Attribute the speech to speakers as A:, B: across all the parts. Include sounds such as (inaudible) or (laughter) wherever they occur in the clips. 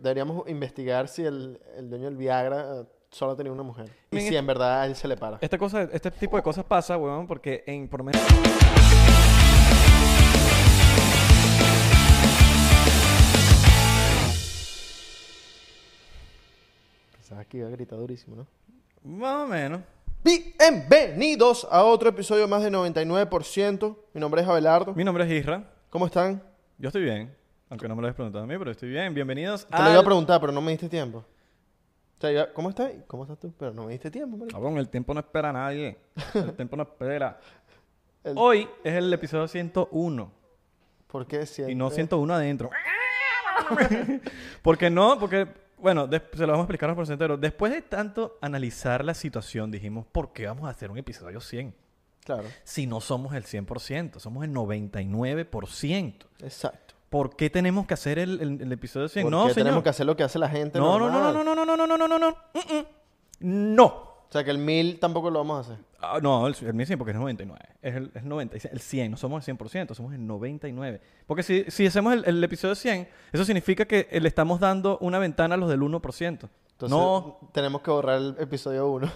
A: deberíamos investigar si el, el dueño del Viagra eh, solo tenía una mujer. Y
B: Miren,
A: si en verdad a él se le para.
B: Esta cosa, este tipo de cosas pasa, weón, porque en por lo menos-
A: Pensaba que iba a gritar durísimo, ¿no?
B: Más o menos.
A: Bienvenidos a otro episodio más de 99%. Mi nombre es Abelardo.
B: Mi nombre es Isra.
A: ¿Cómo están?
B: Yo estoy bien. Aunque no me lo hayas preguntado a mí, pero estoy bien. Bienvenidos
A: Te lo iba a
B: al-
A: preguntar, pero no me diste tiempo. O sea, iba- ¿Cómo estás? ¿Cómo estás tú? Pero no me diste tiempo, marico.
B: Cabrón, el tiempo no espera a nadie. El tiempo no espera.
A: (laughs) El-
B: Hoy es el episodio 101.
A: ¿Por qué?
B: Y no
A: siempre-
B: 101 adentro. (laughs) porque no, porque, bueno, des- se lo vamos a explicar a los porcenteros. Después de tanto analizar la situación, dijimos, ¿por qué vamos a hacer un episodio 100?
A: Claro,
B: Si no somos el 100%, somos el 99%.
A: exacto.
B: ¿Por qué tenemos que hacer el, el- el episodio 100?
A: Porque
B: No, señor.
A: tenemos que hacer lo que hace la gente.
B: no, no,
A: normal.
B: no, no, no, no, no, no, no, no, no, no. Mm, mm. No.
A: O sea, que el 1000 tampoco lo vamos a hacer.
B: Ah, no, el, el mío 100 porque es 99. Es el es 90, es el 100, no somos el 100%, somos el 99. Porque si, si hacemos el, el episodio 100, eso significa que eh, le estamos dando una ventana a los del 1%.
A: Entonces,
B: no,
A: tenemos que borrar el episodio 1.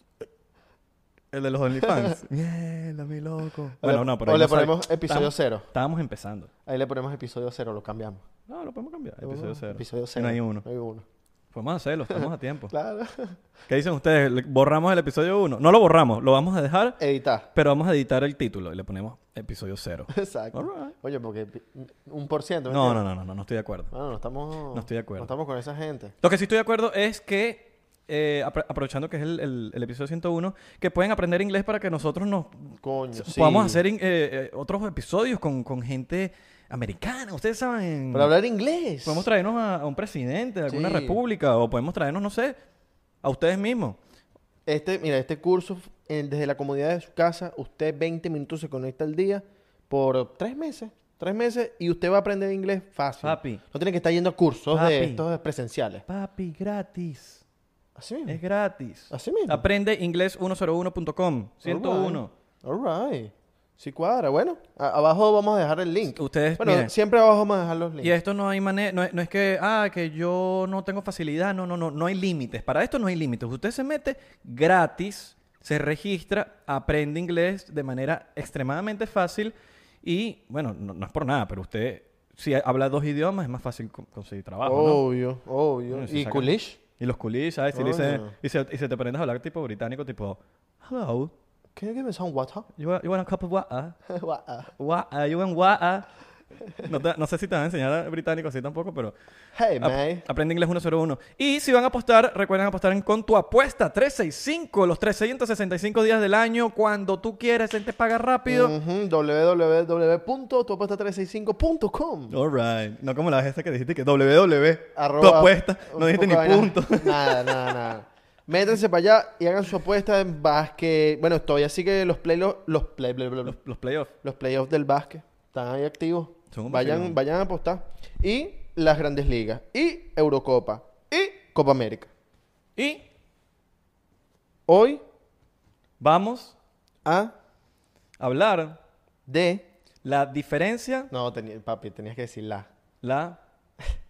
A: mm.
B: el de los OnlyFans.
A: (laughs)
B: Mierda, mi loco. Bueno, no, pero
A: O
B: ahí
A: le
B: no sabe-
A: ponemos episodio
B: estábamos-
A: 0.
B: Estábamos empezando.
A: Ahí le ponemos episodio 0, lo cambiamos. Uh,
B: No, lo podemos cambiar. Episodio 0.
A: Episodio 0.
B: No hay uno.
A: No hay
B: (laughs)
A: uno.
B: Podemos hacerlo, estamos a tiempo.
A: Claro. (laughs)
B: ¿Qué dicen ustedes? ¿Le- ¿Borramos el episodio 1? No lo borramos, lo vamos a dejar,
A: Editar. (laughs)
B: pero vamos a editar el título y le ponemos episodio 0.
A: Exacto.
B: Alright.
A: Oye, porque pi- un por ciento. ¿me
B: No, no,
A: entiendes?
B: no, no, no, no estoy de acuerdo.
A: Bueno, no estamos.
B: No estoy de acuerdo.
A: No estamos con esa gente.
B: Lo que sí estoy de acuerdo es que, eh, apro- aprovechando que es el, el- el episodio 101, que pueden aprender inglés para que nosotros nos
A: Coño. sí.
B: podamos hacer in- eh, eh, otros episodios con, con gente americana. Ustedes saben.
A: Para hablar inglés.
B: Podemos traernos a, a un presidente de alguna
A: Sí.
B: república o podemos traernos, no sé, a ustedes mismos.
A: Este, mira, este curso, eh, desde la comodidad de su casa, usted 20 minutos se conecta al día por tres meses. Tres meses y usted va a aprender inglés fácil.
B: Papi.
A: No tiene que estar yendo a cursos
B: Papi.
A: de estos presenciales.
B: Papi, gratis.
A: Así mismo.
B: Es gratis.
A: Así mismo.
B: Aprende inglés 101.com. 101.
A: All right. Sí cuadra. Bueno, a- abajo vamos a dejar el link.
B: Ustedes,
A: bueno,
B: miren.
A: siempre abajo vamos a dejar los links.
B: Y esto no hay manera, no, es- no es que, ah, que yo no tengo facilidad, no, no, no, no hay límites. Para esto no hay límites. Usted se mete gratis, se registra, aprende inglés de manera extremadamente fácil y, bueno, no, no es por nada, pero usted, si habla dos idiomas, es más fácil co- conseguir trabajo. ¿no?
A: obvio, obvio.
B: Bueno, si
A: ¿Y
B: saca-
A: Kulish?
B: Y los coolies, ¿sabes? Si
A: Oh,
B: dice-
A: no.
B: y, se, y se te aprendes a hablar tipo británico, tipo, hello,
A: Can you give me some water? (laughs)
B: you want, you want a cup of water?
A: Water.
B: Water, you want water? No, te- no sé si te van a enseñar a británico así tampoco, pero...
A: Hey,
B: Ap-
A: mate.
B: Aprende inglés 101. Y si van a apostar, recuerden apostar en con tu apuesta 365, los 365 días del año, cuando tú quieras, él te paga rápido.
A: Ujú, www.tuapuesta365.com
B: All right. No como la esa que dijiste que www.
A: Arroba
B: tu apuesta.
A: un
B: No dijiste ni
A: poco de vaina.
B: punto.
A: (laughs) Nada, nada, nada. Métanse para allá y hagan su apuesta en básquet. Bueno, todavía así que los play, los, los play, bla, bla, bla,
B: Los, los playoffs.
A: los playoffs del básquet están ahí activos.
B: Son un
A: Vayan,
B: vacilón.
A: vayan a apostar. Y las grandes ligas. Y Eurocopa. Y Copa América.
B: Y
A: Hoy
B: vamos
A: a
B: a hablar
A: de.
B: la diferencia,
A: No, tenía- papi, tenías que decir la (laughs)
B: la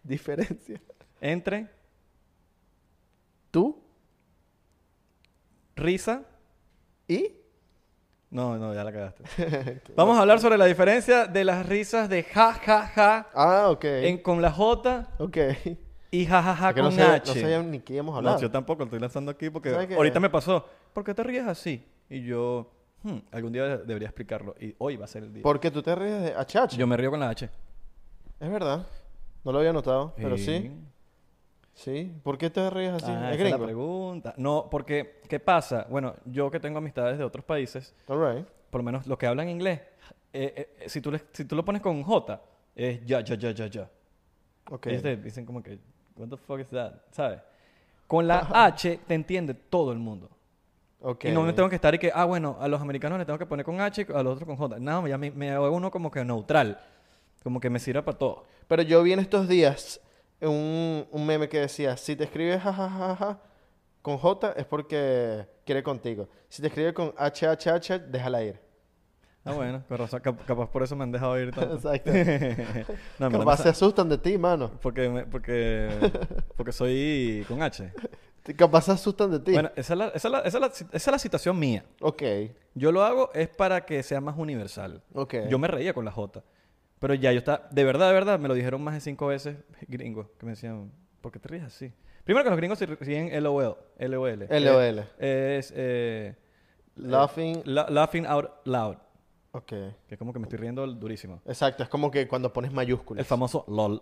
A: diferencia.
B: entre
A: Tú
B: risa.
A: y.
B: No, no, ya
A: (laughs)
B: la cagaste. Vamos a hablar sobre la diferencia de las risas de ja, ja, ja
A: Ah, ok.
B: en, con la J
A: Ok.
B: y jajaja
A: Es que
B: con
A: no sabía,
B: H.
A: no sabía ni qué íbamos a
B: No,
A: hablar.
B: yo tampoco, lo estoy lanzando aquí porque
A: ¿Sabes qué?
B: ahorita me pasó. ¿Por qué te ríes así? Y yo, hmm, algún día debería explicarlo. Y hoy va a ser el día.
A: Porque tú te ríes de HH.
B: Yo me río con la H.
A: Es verdad. No lo había notado, pero sí.
B: Y-
A: Sí. ¿Por qué te ríes así?
B: Ah,
A: es
B: esa es la
A: gringo.
B: pregunta. No, porque, ¿qué pasa? Bueno, yo que tengo amistades de otros países,
A: All right.
B: por lo menos los que hablan inglés, eh, eh, si, tú les- si tú lo pones con J, es ya, ya, ya, ya, ya.
A: Ok.
B: Ellos te dicen como que, what the fuck is that? ¿Sabes? Con la H te entiende todo el mundo.
A: Ok.
B: Y no me tengo que estar y que, ah, bueno, a los americanos les tengo que poner con H, a los otros con J. No, ya me, me hago uno como que neutral. Como que me sirva para todo.
A: Pero yo vi en estos días un, un meme que decía, si te escribes jajajaja con J es porque quiere contigo. Si te escribe con HHH, déjala ir.
B: Ah, bueno, con razón, cap- capaz por eso me han dejado ir tanto.
A: Exacto.
B: (laughs) no, en verdad
A: Capaz
B: me
A: se
B: sa-
A: asustan de ti, mano.
B: porque, me- porque, porque soy
A: (laughs)
B: con H.
A: Capaz se asustan de ti.
B: Bueno, esa es, la, esa, es la, esa, es la, si- esa es la situación mía.
A: Ok,
B: Yo lo hago es para que sea más universal.
A: ok.
B: Yo me reía con la J. Pero ya yo estaba... De verdad, de verdad, me lo dijeron más de cinco veces gringos que me decían, ¿por qué te ríes así? Primero que los gringos se ríen LOL. LOL. que
A: LOL.
B: Es... eh,
A: Laughing.
B: la- laughing out loud.
A: Ok.
B: Que es como que me estoy riendo durísimo.
A: Exacto, es como que cuando pones mayúsculas.
B: El famoso LOL.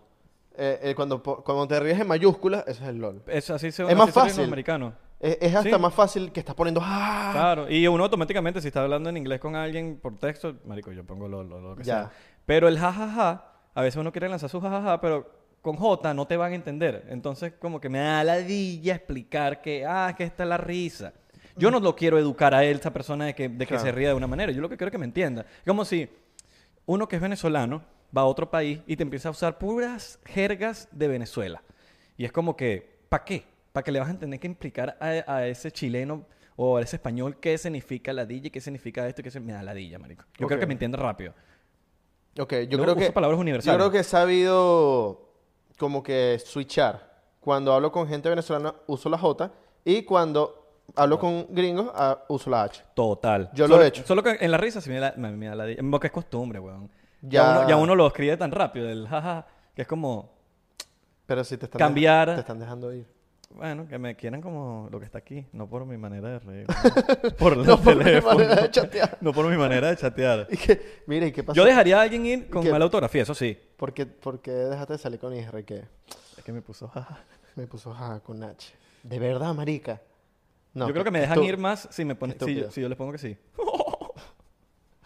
A: Eh, eh, cuando, po- cuando te ríes en mayúsculas, ese es el LOL.
B: Es así se
A: Es más
B: así se ríen los
A: fácil.
B: americanos.
A: Es, es hasta
B: Sí.
A: más fácil que estás poniendo. ¡ah!
B: Claro, y uno automáticamente, si está hablando en inglés con alguien por texto, marico, yo pongo lo, lo, lo que
A: Ya.
B: sea. Pero el jajaja, a veces uno quiere lanzar su jajaja, pero con J no te van a entender. Entonces, como que me da ladilla explicar que, ah, que esta es la risa. Yo no lo quiero educar a él, esa persona, de que, de que
A: Claro.
B: se ría de una manera. Yo lo que quiero es que me entienda. Es como si uno que es venezolano va a otro país y te empieza a usar puras jergas de Venezuela. Y es como que, ¿para qué? ¿Para que le vas a tener que implicar a, a ese chileno o a ese español qué significa ladilla y qué significa esto y qué se me da ladilla, marico? Yo creo
A: Ok.
B: que me entienda rápido.
A: Ok, yo
B: Luego
A: creo que.
B: uso palabras
A: Yo
B: universales.
A: creo que he sabido como que switchar. Cuando hablo con gente venezolana, uso la J. Y cuando hablo con gringos, ah, uso la H.
B: Total.
A: Yo lo
B: solo,
A: he hecho.
B: Solo que en la risa sí me da, me, me da ladilla. Porque es costumbre, weón.
A: Ya.
B: Ya, uno, ya uno lo escribe tan rápido, el jaja, que es como,
A: Pero si te están,
B: Cambiar.
A: te están dejando ir. (laughs)
B: bueno, que me quieran como lo que está aquí, no por mi manera de reír.
A: (laughs)
B: weón. por el
A: No por mi
B: teléfono.
A: manera de chatear.
B: No por mi manera de chatear.
A: Y que, mira, ¿y qué pasó?
B: Yo dejaría a alguien ir con
A: ¿Qué?
B: mala autografía, eso sí.
A: ¿Por, qué, por qué dejaste de salir con IR? Que
B: Es que me puso jaja.
A: me puso ja, con H. ¿De verdad, marica? No, pues,
B: yo creo que me dejan ir más si me ponen, si,
A: estúpido.
B: yo- si yo les pongo que sí.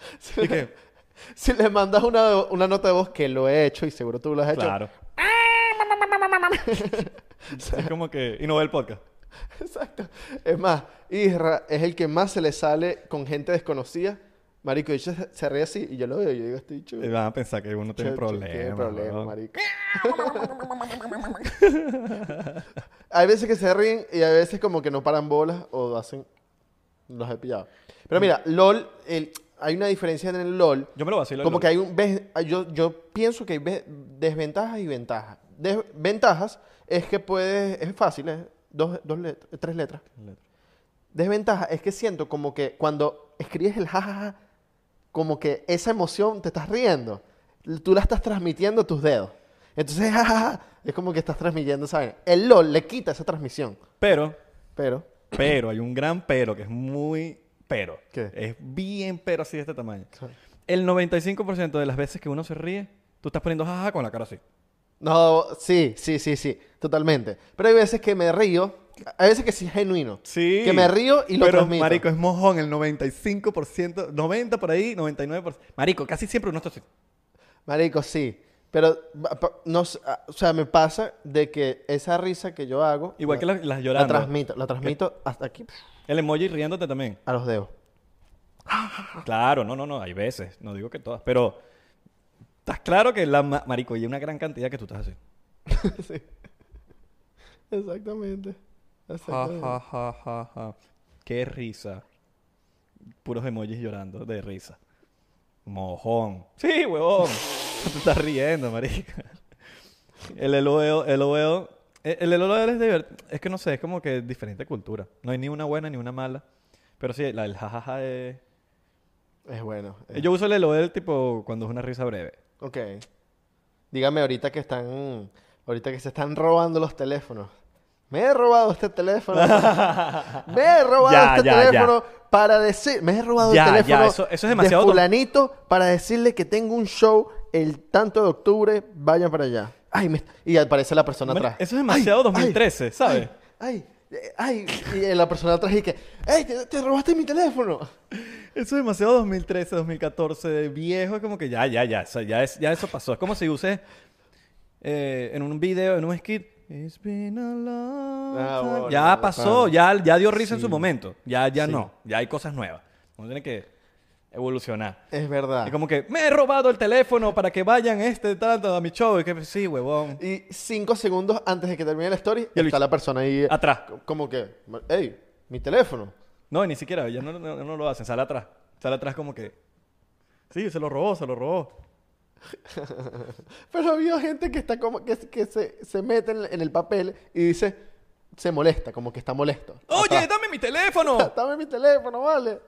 A: (laughs) Si,
B: ¿Y qué?
A: si le mandas una, una nota de voz que lo he hecho y seguro tú lo has hecho. (laughs)
B: Claro. es como que... Y no ve el podcast.
A: (laughs) Exacto. Es más, Isra es el que más se le sale con gente desconocida. Marico, y ella se- se ríe así y yo lo veo. Yo digo, este dicho.
B: Y van a pensar que uno Eh, tiene problemas.
A: Tiene
B: weón.
A: problemas, marico. hay veces que se ríen y hay veces como que no paran bolas o hacen. Los he pillado. Pero
B: Mm.
A: mira, LOL, el- hay una diferencia en el LOL.
B: Yo me lo vacilo. el
A: Como
B: loco.
A: que hay un. ves- Yo, yo pienso que hay ve- desventajas y ventajas. Desventajas es que puedes. Es fácil, ¿eh? Dos, dos let- tres letras. Desventaja es que siento como que cuando escribes el jajaja, como que esa emoción te estás riendo. Tú la estás transmitiendo a tus dedos. Entonces, (laughs) jajaja, es como que estás transmitiendo, ¿saben? El LOL le quita esa transmisión.
B: Pero,
A: Pero,
B: pero, hay un gran pero que es muy pero.
A: ¿Qué?
B: Es bien pero así de este tamaño. El 95% de las veces que uno se ríe, tú estás poniendo jaja con la cara así.
A: no, sí, sí, sí, sí, totalmente. Pero hay veces que me río, hay veces que sí es genuino.
B: Sí.
A: Que me río y lo
B: Pero,
A: transmito.
B: marico, es mojón el 95%, 90 por ahí, 99%. Marico, casi siempre uno está así.
A: Marico, sí. Pero, pa- pa- no, sé, ah, o sea, me pasa de que esa risa que yo hago...
B: Igual
A: la-
B: que las, las
A: La
B: llorando.
A: transmito, la transmito hasta aquí,
B: El emoji riéndote también.
A: a los dedos.
B: Claro, no, no, no, hay veces, no digo que todas, pero estás claro que la ma- marico, y hay una gran cantidad que tú estás así.
A: Exactamente.
B: Ja, ja, ja, ja, ja. Qué risa. Puros emojis llorando de risa. Mojón. Sí, huevón. (laughs) Te estás riendo, marica. El LOL, el LOL, eh, el LOL es divertido. Es que no sé, es como que diferente cultura. No hay ni una buena ni una mala. Pero sí, la del jajaja es...
A: Es bueno. es-
B: Eh, Yo uso el LOL tipo cuando es una risa breve.
A: Ok. Dígame ahorita que están. Ahorita que se están robando los teléfonos. Me he robado este
B: (laughs)
A: teléfono. me he robado
B: Ya,
A: este
B: ya, ya.
A: teléfono para decir. Me he robado
B: Ya,
A: el
B: ya,
A: teléfono.
B: eso- eso es demasiado
A: De
B: tom-
A: fulanito para decirle que tengo un show el tanto de octubre. Vayan para allá. Ay, me- y aparece la persona
B: Bueno,
A: atrás.
B: eso es demasiado
A: Ay,
B: 2013,
A: ay,
B: ¿sabes?
A: Ay, eh, ay, Y la persona atrás y que. ¡Ey, te, te robaste mi teléfono!
B: Eso es demasiado 2013, 2014, de viejo, es como que ya, ya, ya, o sea, ya, es, ya eso pasó. Es como si uses eh, en un video, en un skit. It's been a long
A: Ah,
B: time.
A: bueno,
B: ya
A: bueno,
B: pasó,
A: pan.
B: ya, ya dio risa en
A: Sí.
B: su momento. Ya, ya
A: Sí.
B: no, ya hay cosas nuevas. Uno tiene que evolucionar.
A: Es verdad.
B: Es como que me he robado el teléfono para que vayan este tanto a mi show. Y que sí, huevón.
A: Y cinco segundos antes de que termine la story,
B: Y el
A: está
B: bicho.
A: la persona ahí.
B: Atrás.
A: co- Como que, hey, mi teléfono.
B: No, ni siquiera, ya no, no, no lo hacen, sale atrás. Sale atrás como que. Sí, se lo robó, se lo robó.
A: Pero ha habido gente que está como que, que se, se mete en, en el papel y dice, se molesta, como que está molesto.
B: ¡Oye,
A: Papá,
B: dame mi
A: (laughs)
B: teléfono! (laughs)
A: dame mi teléfono, vale.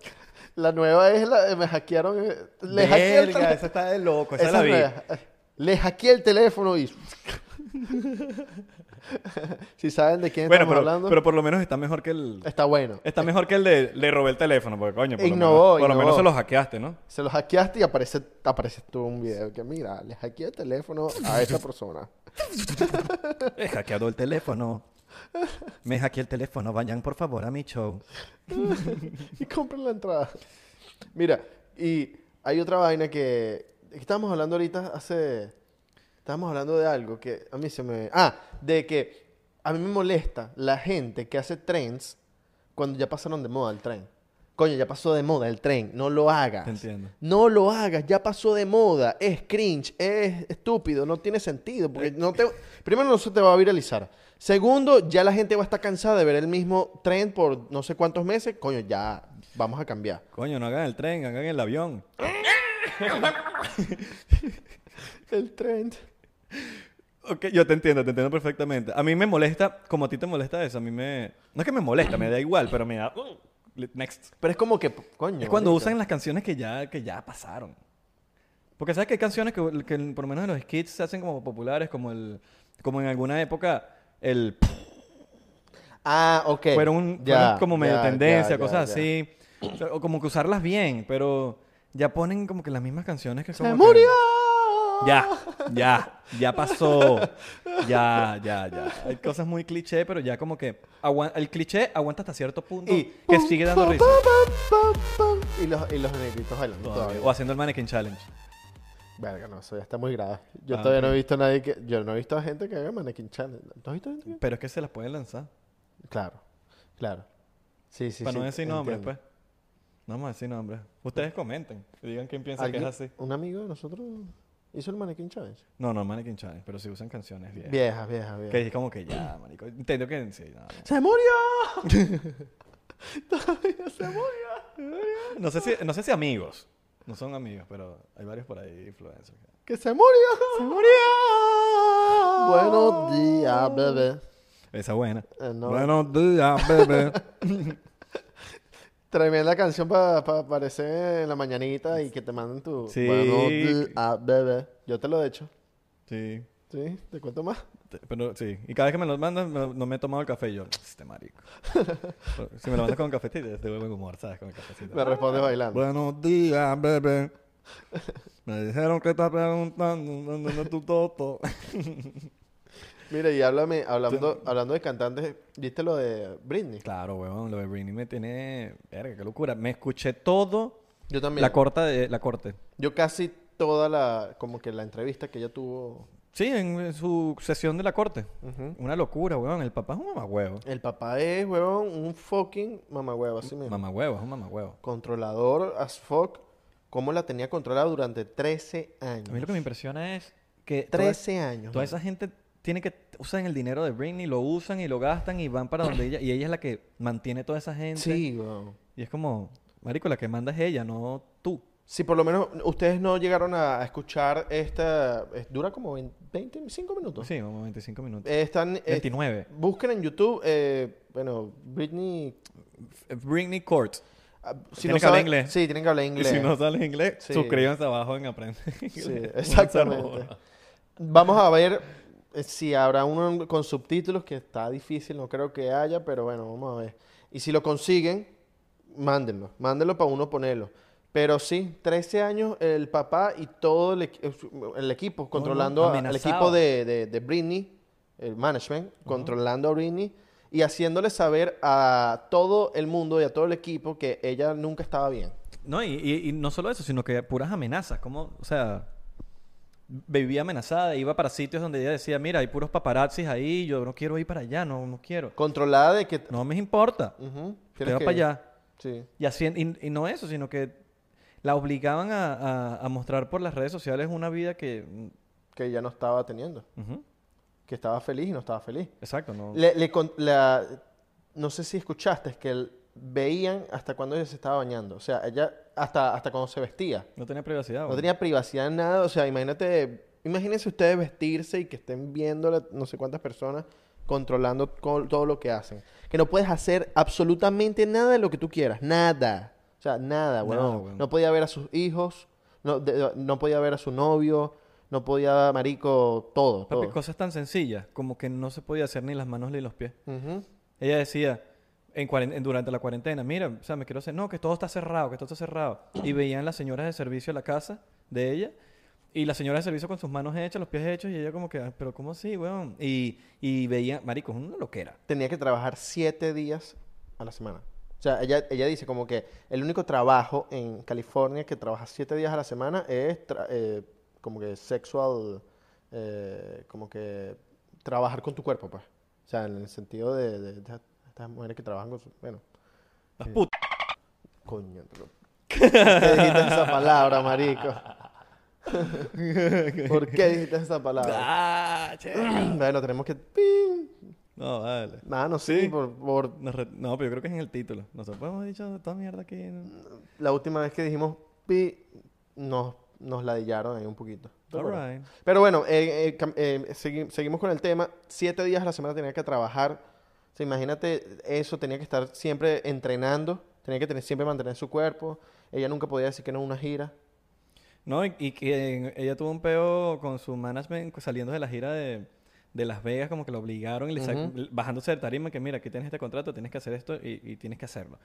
A: La nueva es la me hackearon. eh, Le hackeé el
B: Verga,
A: teléfono.
B: esa está de loco, esa,
A: Esa
B: la
A: es
B: vi.
A: nueva. eh, Le hackeé el teléfono
B: (laughs)
A: y. (laughs) si saben de quién
B: Bueno,
A: estamos
B: pero,
A: hablando,
B: pero por lo menos está mejor que el...
A: está bueno.
B: Está mejor que el de le robé el teléfono, porque coño, por,
A: Innovó,
B: lo, menos, por lo
A: innovó.
B: menos se lo hackeaste, ¿no?
A: Se lo hackeaste y aparece, aparece tú un video que mira, le hackeé el teléfono a esta persona. (laughs)
B: He hackeado el teléfono. Me hackeé el teléfono, vayan por favor a mi show.
A: y compren la entrada. Mira, y hay otra vaina que, que estábamos hablando ahorita hace... Estábamos hablando de algo que a mí se me... Ah, de que a mí me molesta la gente que hace trends cuando ya pasaron de moda el tren. Coño, ya pasó de moda el tren, no lo hagas.
B: Te entiendo.
A: No lo hagas, ya pasó de moda, es cringe, es estúpido, no tiene sentido. Porque no te, primero, no se te va a viralizar. Segundo, ya la gente va a estar cansada de ver el mismo tren por no sé cuántos meses. Coño, ya vamos a cambiar.
B: Coño, no hagan el tren, hagan el avión.
A: El tren.
B: Ok, yo te entiendo, te entiendo perfectamente. A mí me molesta, como a ti te molesta eso, a mí me... No es que me molesta, me da igual, pero me da... Next.
A: Pero es como que, coño.
B: Es cuando
A: marico.
B: usan las canciones que ya, que ya pasaron. Porque sabes que hay canciones que, que por lo menos en los skits se hacen como populares, como el como en alguna época el
A: Ah, ok.
B: fueron, un-
A: Ya,
B: fueron como medio
A: ya,
B: tendencia,
A: ya, ya,
B: cosas
A: ya.
B: así. O sea, O como que usarlas bien, pero ya ponen como que las mismas canciones que
A: ¡Se
B: como que-
A: murió!
B: Ya,
A: (laughs)
B: ya, ya pasó. Ya, ya, ya. Hay cosas muy cliché, pero ya como que aguan- el cliché aguanta hasta cierto punto
A: Y
B: que sigue dando risa.
A: Y los, y los negritos bailando todavía.
B: O haciendo el mannequin challenge.
A: Verga, no, eso ya está muy grave. Yo
B: Ah,
A: todavía no
B: ok.
A: he visto a nadie que. Yo no he visto a gente que haga mannequin challenge. ¿Tú has visto gente que-
B: Pero es que se las pueden lanzar.
A: Claro, claro. Sí, sí,
B: Para
A: sí.
B: no decir nombres,
A: entiendo.
B: pues. No vamos a decir nombres. Ustedes comenten. y Digan quién piensa que
A: ¿Alguien-
B: es así.
A: Un amigo de nosotros hizo el mannequin challenge.
B: No, no, Mannequin Challenge, pero si usan canciones viejas.
A: Vieja, vieja, vieja.
B: Que es como que ya, marico. Entiendo que sí, no, no.
A: ¡Se murió!
B: (laughs)
A: (laughs) Todavía se murió.
B: No sé si, no sé si amigos. No son amigos, pero hay varios por ahí influencers.
A: ¡Que se murió! ¡Se murió! Buenos días, bebé.
B: Esa buena.
A: Eh, no.
B: Buenos días, bebé.
A: Tremenda canción para aparecer en la mañanita y que te manden tu.
B: Sí.
A: Buenos días, bebé. Yo te lo he hecho.
B: sí.
A: ¿Sí? ¿Te cuento más?
B: Te- Pero sí, y cada vez que me los mandan, me lo- no me he tomado el café. y Yo,
A: (laughs)
B: este marico. Pero si me lo mandas con café, te te devuelvo el humor, ¿sabes? Con el cafecito.
A: Me respondes bailando.
B: Buenos días, bebé. Me dijeron que estás preguntando dónde está tu toto. (laughs)
A: Mira, y háblame, hablando, hablando de cantantes, ¿viste lo de Britney?
B: Claro, weón, lo de Britney me tiene. Verga, qué locura. Me escuché todo.
A: Yo también.
B: La corta de la corte.
A: Yo casi toda la, como que la entrevista que ella tuvo.
B: Sí, en en su sesión de la corte. Una locura, weón. El papá es un mamagüevo.
A: El papá es, huevón, un fucking mamagüevo, así mismo.
B: Mamagüevo, es un mamagüevo.
A: Controlador as fuck. ¿Cómo la tenía controlada durante 13 años?
B: A mí lo que me impresiona es que. toda-
A: 13 años.
B: Toda
A: ¿no?
B: esa gente tiene que usan el dinero de Britney, lo usan y lo gastan y van para donde ella y ella es la que mantiene toda esa gente.
A: Sí, huevón.
B: Y es como, marico, la que manda es ella, no tú.
A: Si por lo menos ustedes no llegaron a escuchar esta... es- Dura como 20, 25 minutos.
B: Sí, vamos 25 minutos.
A: Eh, están... eh,
B: 29.
A: busquen en YouTube, eh, bueno, Britney...
B: Britney Court.
A: ah, Si
B: Tienen que hablar
A: saben-
B: inglés.
A: Sí, tienen que hablar inglés.
B: Y si no sale inglés,
A: Sí.
B: suscríbanse abajo en Aprende Inglés.
A: (laughs) Sí,
B: (laughs) Vamos a
A: exactamente.
B: hacer-
A: Vamos a ver eh, si habrá uno con subtítulos, que está difícil, no creo que haya, pero bueno, vamos a ver. Y si lo consiguen, mándenlo, mándenlo para uno ponerlo. Pero sí, 13 años el papá y todo el, equi- eh, el equipo, controlando a- al
B: amenazado.
A: equipo de, de, de Britney, el management, controlando a Britney y haciéndole saber a todo el mundo y a todo el equipo que ella nunca estaba bien.
B: No, y, y- y no solo eso, sino que puras amenazas. Como, o sea, vivía amenazada, iba para sitios donde ella decía, mira, hay puros paparazzis ahí, yo no quiero ir para allá, no, no quiero.
A: Controlada de que...
B: No me importa.
A: Ujú,
B: Te
A: tienes
B: va
A: que
B: para
A: ir.
B: allá.
A: Sí.
B: Y, así, y, y no eso, sino que la obligaban a, a- a mostrar por las redes sociales una vida que... mm,
A: que ella no estaba teniendo,
B: ujú,
A: que estaba feliz y no estaba feliz.
B: exacto, no...
A: Le, le con- la- no sé si escuchaste, es que el- veían hasta cuando ella se estaba bañando. O sea, ella hasta, hasta cuando se vestía.
B: No tenía privacidad.
A: No
B: bueno.
A: tenía privacidad, nada. O sea, imagínate, imagínense ustedes vestirse y que estén viendo la- no sé cuántas personas controlando co- todo lo que hacen. Que no puedes hacer absolutamente nada de lo que tú quieras. Nada. O sea, nada, weón.
B: Nada, weón.
A: No podía ver a sus hijos, no, de- no podía ver a su novio, no podía, marico, todo.
B: Papi,
A: todo.
B: cosas tan sencillas como que no se podía hacer ni las manos ni los pies.
A: Ujú.
B: Ella decía en cuaren- en- durante la cuarentena, mira, o sea, me quiero hacer, no, que todo está cerrado, que todo está cerrado.
A: (clears throat)
B: Y veían las señoras de servicio a la casa de ella y las señoras de servicio con sus manos hechas, los pies hechos y ella como que, "Ah, pero ¿cómo así, weón? Y, y veía, marico, es una loquera.
A: tenía que trabajar siete días a la semana. O sea, ella, ella dice como que el único trabajo en California que trabaja siete días a la semana es tra- eh, como que sexual, eh, como que trabajar con tu cuerpo, pues. O sea, en el sentido de, de- de estas mujeres que trabajan con su... Bueno,
B: Las
A: Sí.
B: putas.
A: coño. pero- ¿Por qué dijiste esa palabra, marico? (laughs) ¿Por qué dijiste esa palabra?
B: (laughs) Ah, che.
A: bueno, tenemos que... ¡Ping!
B: No, vale.
A: Mano, sí,
B: Sí.
A: por- por
B: Nos re- No, pero yo creo que es en el título. Nosotros hemos dicho toda mierda aquí. ¿no?
A: La última vez que dijimos pi, nos, nos ladillaron ahí un poquito. ¿Te
B: All
A: acuerdas?
B: right.
A: Pero bueno, eh, eh, cam- eh, segui- seguimos con el tema. Siete días a la semana tenía que trabajar. O sea, imagínate eso, tenía que estar siempre entrenando, tenía que tener, siempre mantener su cuerpo. Ella nunca podía decir que no a una gira.
B: No, y, y que en- ella tuvo un peo con su management saliendo de la gira de, de Las Vegas, como que lo obligaron y le sa-
A: Ujú.
B: bajándose de tarima, que mira, aquí tienes este contrato, tienes que hacer esto y, y tienes que hacerlo.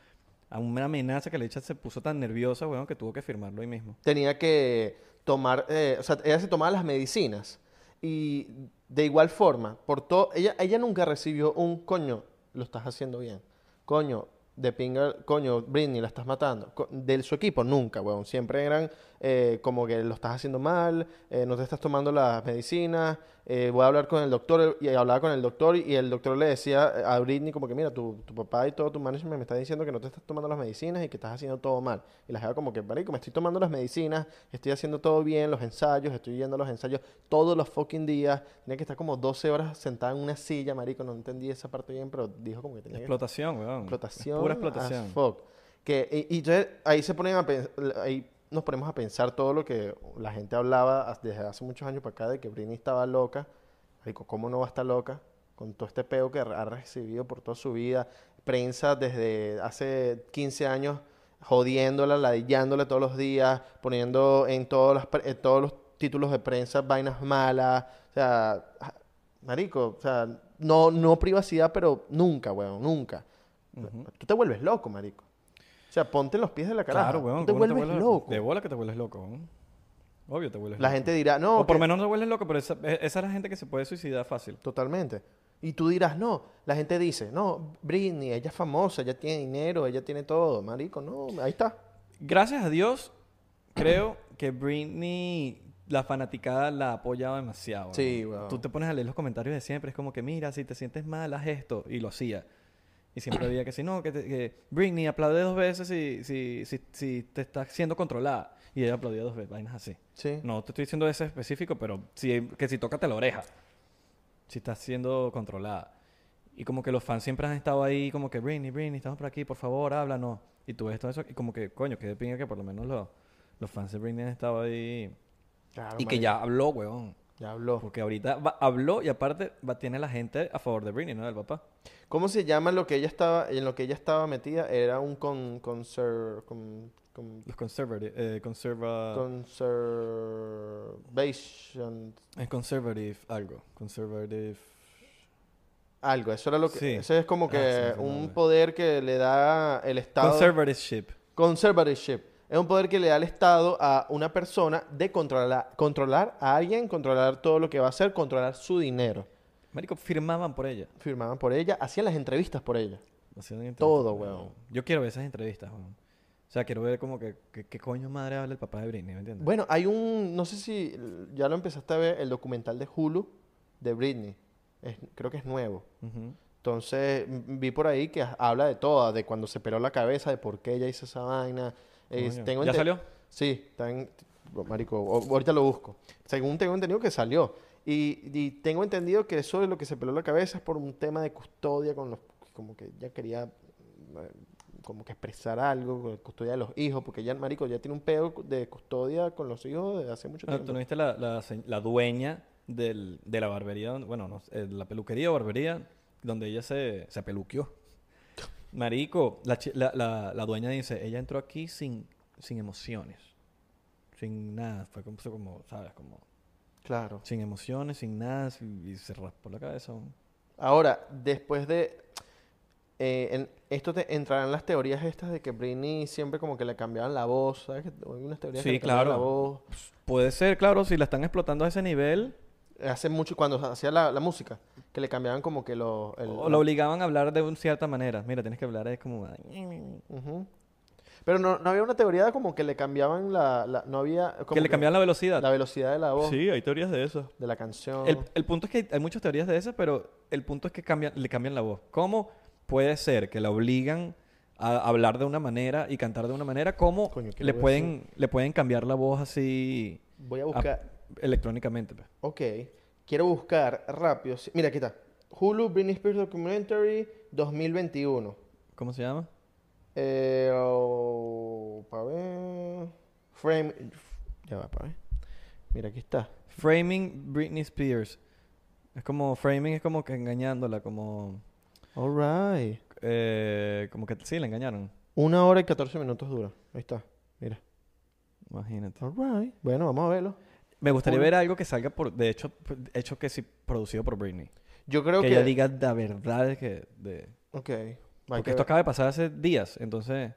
B: A una amenaza que le echa se puso tan nerviosa, weón, que tuvo que firmarlo ahí mismo.
A: Tenía que tomar, eh, o sea, ella se tomaba las medicinas. Y de igual forma, por todo, ella, ella nunca recibió un coño, lo estás haciendo bien. Coño, de pinga, coño, Britney, la estás matando. Co- de su equipo, nunca, weón. Siempre eran eh, como que lo estás haciendo mal, eh, no te estás tomando las medicinas, eh, voy a hablar con el doctor. Y hablaba con el doctor y el doctor le decía a Britney como que, mira, tu, tu papá y todo tu management me está diciendo que no te estás tomando las medicinas y que estás haciendo todo mal. Y la jeva como que, marico, me estoy tomando las medicinas, estoy haciendo todo bien, los ensayos, estoy yendo a los ensayos todos los fucking días. Tenía que estar como 12 horas sentada en una silla, marico. No entendí esa parte bien, pero dijo como que tenía que
B: Explotación, weón.
A: explotación.
B: Es pura
A: as
B: explotación.
A: fuck. Que, y, y entonces ahí se ponen a pens- ahí nos ponemos a pensar todo lo que la gente hablaba as- desde hace muchos años para acá de que Britney estaba loca. Marico, ¿cómo no va a estar loca? Con todo este peo que ha recibido por toda su vida. Prensa desde hace 15 años jodiéndola, ladillándola todos los días, poniendo en todos, las, pre- en todos los títulos de prensa vainas malas. O sea, ja- marico, o sea, no, no privacidad, pero nunca, weón, nunca. Tú te vuelves loco, marico. O sea, ponte en los pies de la caraja.
B: Claro, weón.
A: Tú te
B: ¿cómo no
A: vuelves loco.
B: De bola que te vuelves loco, weón. Obvio te vuelves
A: La
B: loco.
A: gente dirá, no,
B: o por
A: que-
B: lo menos no te vuelves loco, pero esa, e- esa es la gente que se puede suicidar fácil.
A: Totalmente. Y tú dirás, no. La gente dice, no, Britney, ella es famosa, ella tiene dinero, ella tiene todo. Marico, no, ahí está.
B: Gracias a Dios, creo que Britney, la fanaticada, la ha apoyado demasiado. ¿no?
A: Sí, weón.
B: Tú te pones a leer los comentarios de siempre, es como que mira, si te sientes mal, haz esto. Y lo hacía. Y siempre había que si no, que, te- que Britney aplaude dos veces si, si, si, si te estás siendo controlada. Y ella aplaudía dos veces, vainas así.
A: Sí.
B: No te estoy diciendo ese específico, pero si, que si tócate la oreja. Si estás siendo controlada. Y como que los fans siempre han estado ahí, como que Britney, Britney, estamos por aquí, por favor, háblanos. Y tú ves todo eso, y como que, coño, que de pinga que por lo menos los, los fans de Britney han estado ahí.
A: Claro,
B: y que
A: marico.
B: ya habló, weón.
A: Ya habló.
B: Porque ahorita va- habló y aparte va, tiene a la gente a favor de Britney, ¿no? Del papá.
A: ¿Cómo se llama lo que ella estaba, en lo que ella estaba metida? Era un con, conser, con, con-
B: Los conservative, eh, conserva...
A: conservation,
B: es conservative algo. Conservative...
A: algo. Eso era lo que,
B: Sí.
A: eso es como
B: Ah,
A: que
B: se me fue el
A: un
B: nombre.
A: poder que le da el Estado.
B: Conservativeship.
A: Conservatorship es un poder que le da al Estado a una persona de controlar, controlar a alguien, controlar todo lo que va a hacer, controlar su dinero.
B: Marico, firmaban por ella.
A: Firmaban por ella, hacían las entrevistas por ella.
B: Haciendo entrevistas
A: Todo,
B: con ella,
A: weón.
B: Yo quiero ver esas entrevistas, weón. O sea, quiero ver como que, que- qué coño madre habla el papá de Britney, ¿me entiendes?
A: Bueno, hay un, no sé si ya lo empezaste a ver, el documental de Hulu de Britney. Es- creo que es nuevo.
B: Ujú.
A: Entonces m- vi por ahí que habla de todo, de cuando se peló la cabeza, de por qué ella hizo esa vaina. Eh,
B: Coño.
A: tengo
B: ¿Ya
A: ente-
B: salió?
A: Sí, está en- oh, Marico, o- ahorita lo busco. Según tengo entendido que salió. Y, y tengo entendido que eso de lo que se peló la cabeza es por un tema de custodia con los... Como que ella quería... eh, como que expresar algo con la custodia de los hijos, porque ya el marico ya tiene un pedo de custodia con los hijos desde hace mucho
B: Ah,
A: tiempo.
B: ¿Tú no viste la, la se- la dueña del- de la barbería? donde- Bueno, no, sé, eh, la peluquería o barbería donde ella se,
A: (laughs)
B: se peluqueó. Marico, la, chi- la- la- la dueña dice, ella entró aquí sin, sin emociones. Sin nada. Fue como, fue como, ¿sabes? Como
A: Claro.
B: sin emociones, sin nada. sin- Y, se raspó la cabeza. weón.
A: Ahora, después de... eh, en- esto te entrarán las teorías estas de que Britney siempre como que le cambiaban la voz, ¿sabes? Que Hay unas teorías que
B: Sí,
A: le cambiaban
B: claro.
A: la voz.
B: Puede ser, claro, si la están explotando a ese nivel.
A: Hace mucho, cuando hacía la, la música, que le cambiaban como que lo... el-
B: o la obligaban a hablar de una cierta manera. Mira, tienes que hablar, es como...
A: Ujú. Pero no, no había una teoría de como que le cambiaban la... la- no había... como
B: que le cambiaban la velocidad.
A: la velocidad de la voz,
B: Sí, hay teorías de eso.
A: de la canción.
B: El, el punto es que hay, hay muchas teorías de esas, pero el punto es que cambian, le cambian la voz. ¿Cómo puede ser que la obligan a hablar de una manera y cantar de una manera? ¿Cómo
A: Coño, quiero
B: le,
A: ver
B: pueden, le pueden cambiar la voz así
A: Voy a
B: a-
A: buscar...
B: electrónicamente? pues?
A: Ok. Quiero buscar rápido. si- Mira, aquí está. Hulu Britney Spears Documentary 2021.
B: ¿Cómo se llama?
A: Eh, oh, pa' ver. Frame. Ya va, para ver. Mira, aquí está.
B: Framing Britney Spears. Es como, framing es como que engañándola, como...
A: All right.
B: eh, como que sí, la engañaron.
A: Una hora y 14 minutos dura. Ahí está. Mira.
B: Imagínate.
A: All right. Bueno, vamos a verlo.
B: Me gustaría
A: Uno-
B: ver algo que salga por, de hecho, por- hecho que sí, producido por Britney.
A: Yo creo
B: que,
A: que.
B: ella diga la verdad de que... de-
A: Ok. hay
B: Porque
A: que
B: esto
A: ver.
B: acaba de pasar hace días, entonces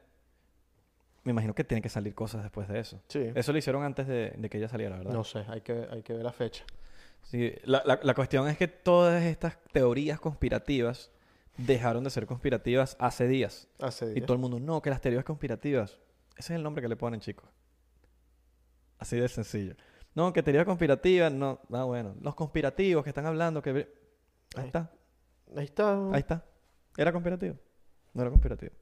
B: me imagino que tiene que salir cosas después de eso.
A: Sí.
B: Eso lo hicieron antes de, de que ella saliera, ¿verdad?
A: No sé, hay que, hay que ver la fecha.
B: Sí, la, la- la cuestión es que todas estas teorías conspirativas dejaron de ser conspirativas hace días.
A: Hace
B: Y
A: días.
B: todo el mundo, no, que las teorías conspirativas. Ese es el nombre que le ponen, chicos. Así de sencillo. No, que teoría conspirativa, no. Ah, bueno. Los conspirativos que están hablando, que... Ahí
A: Ahí-
B: está.
A: Ahí está.
B: Ahí está. ¿Era conspirativo? No era conspirativo.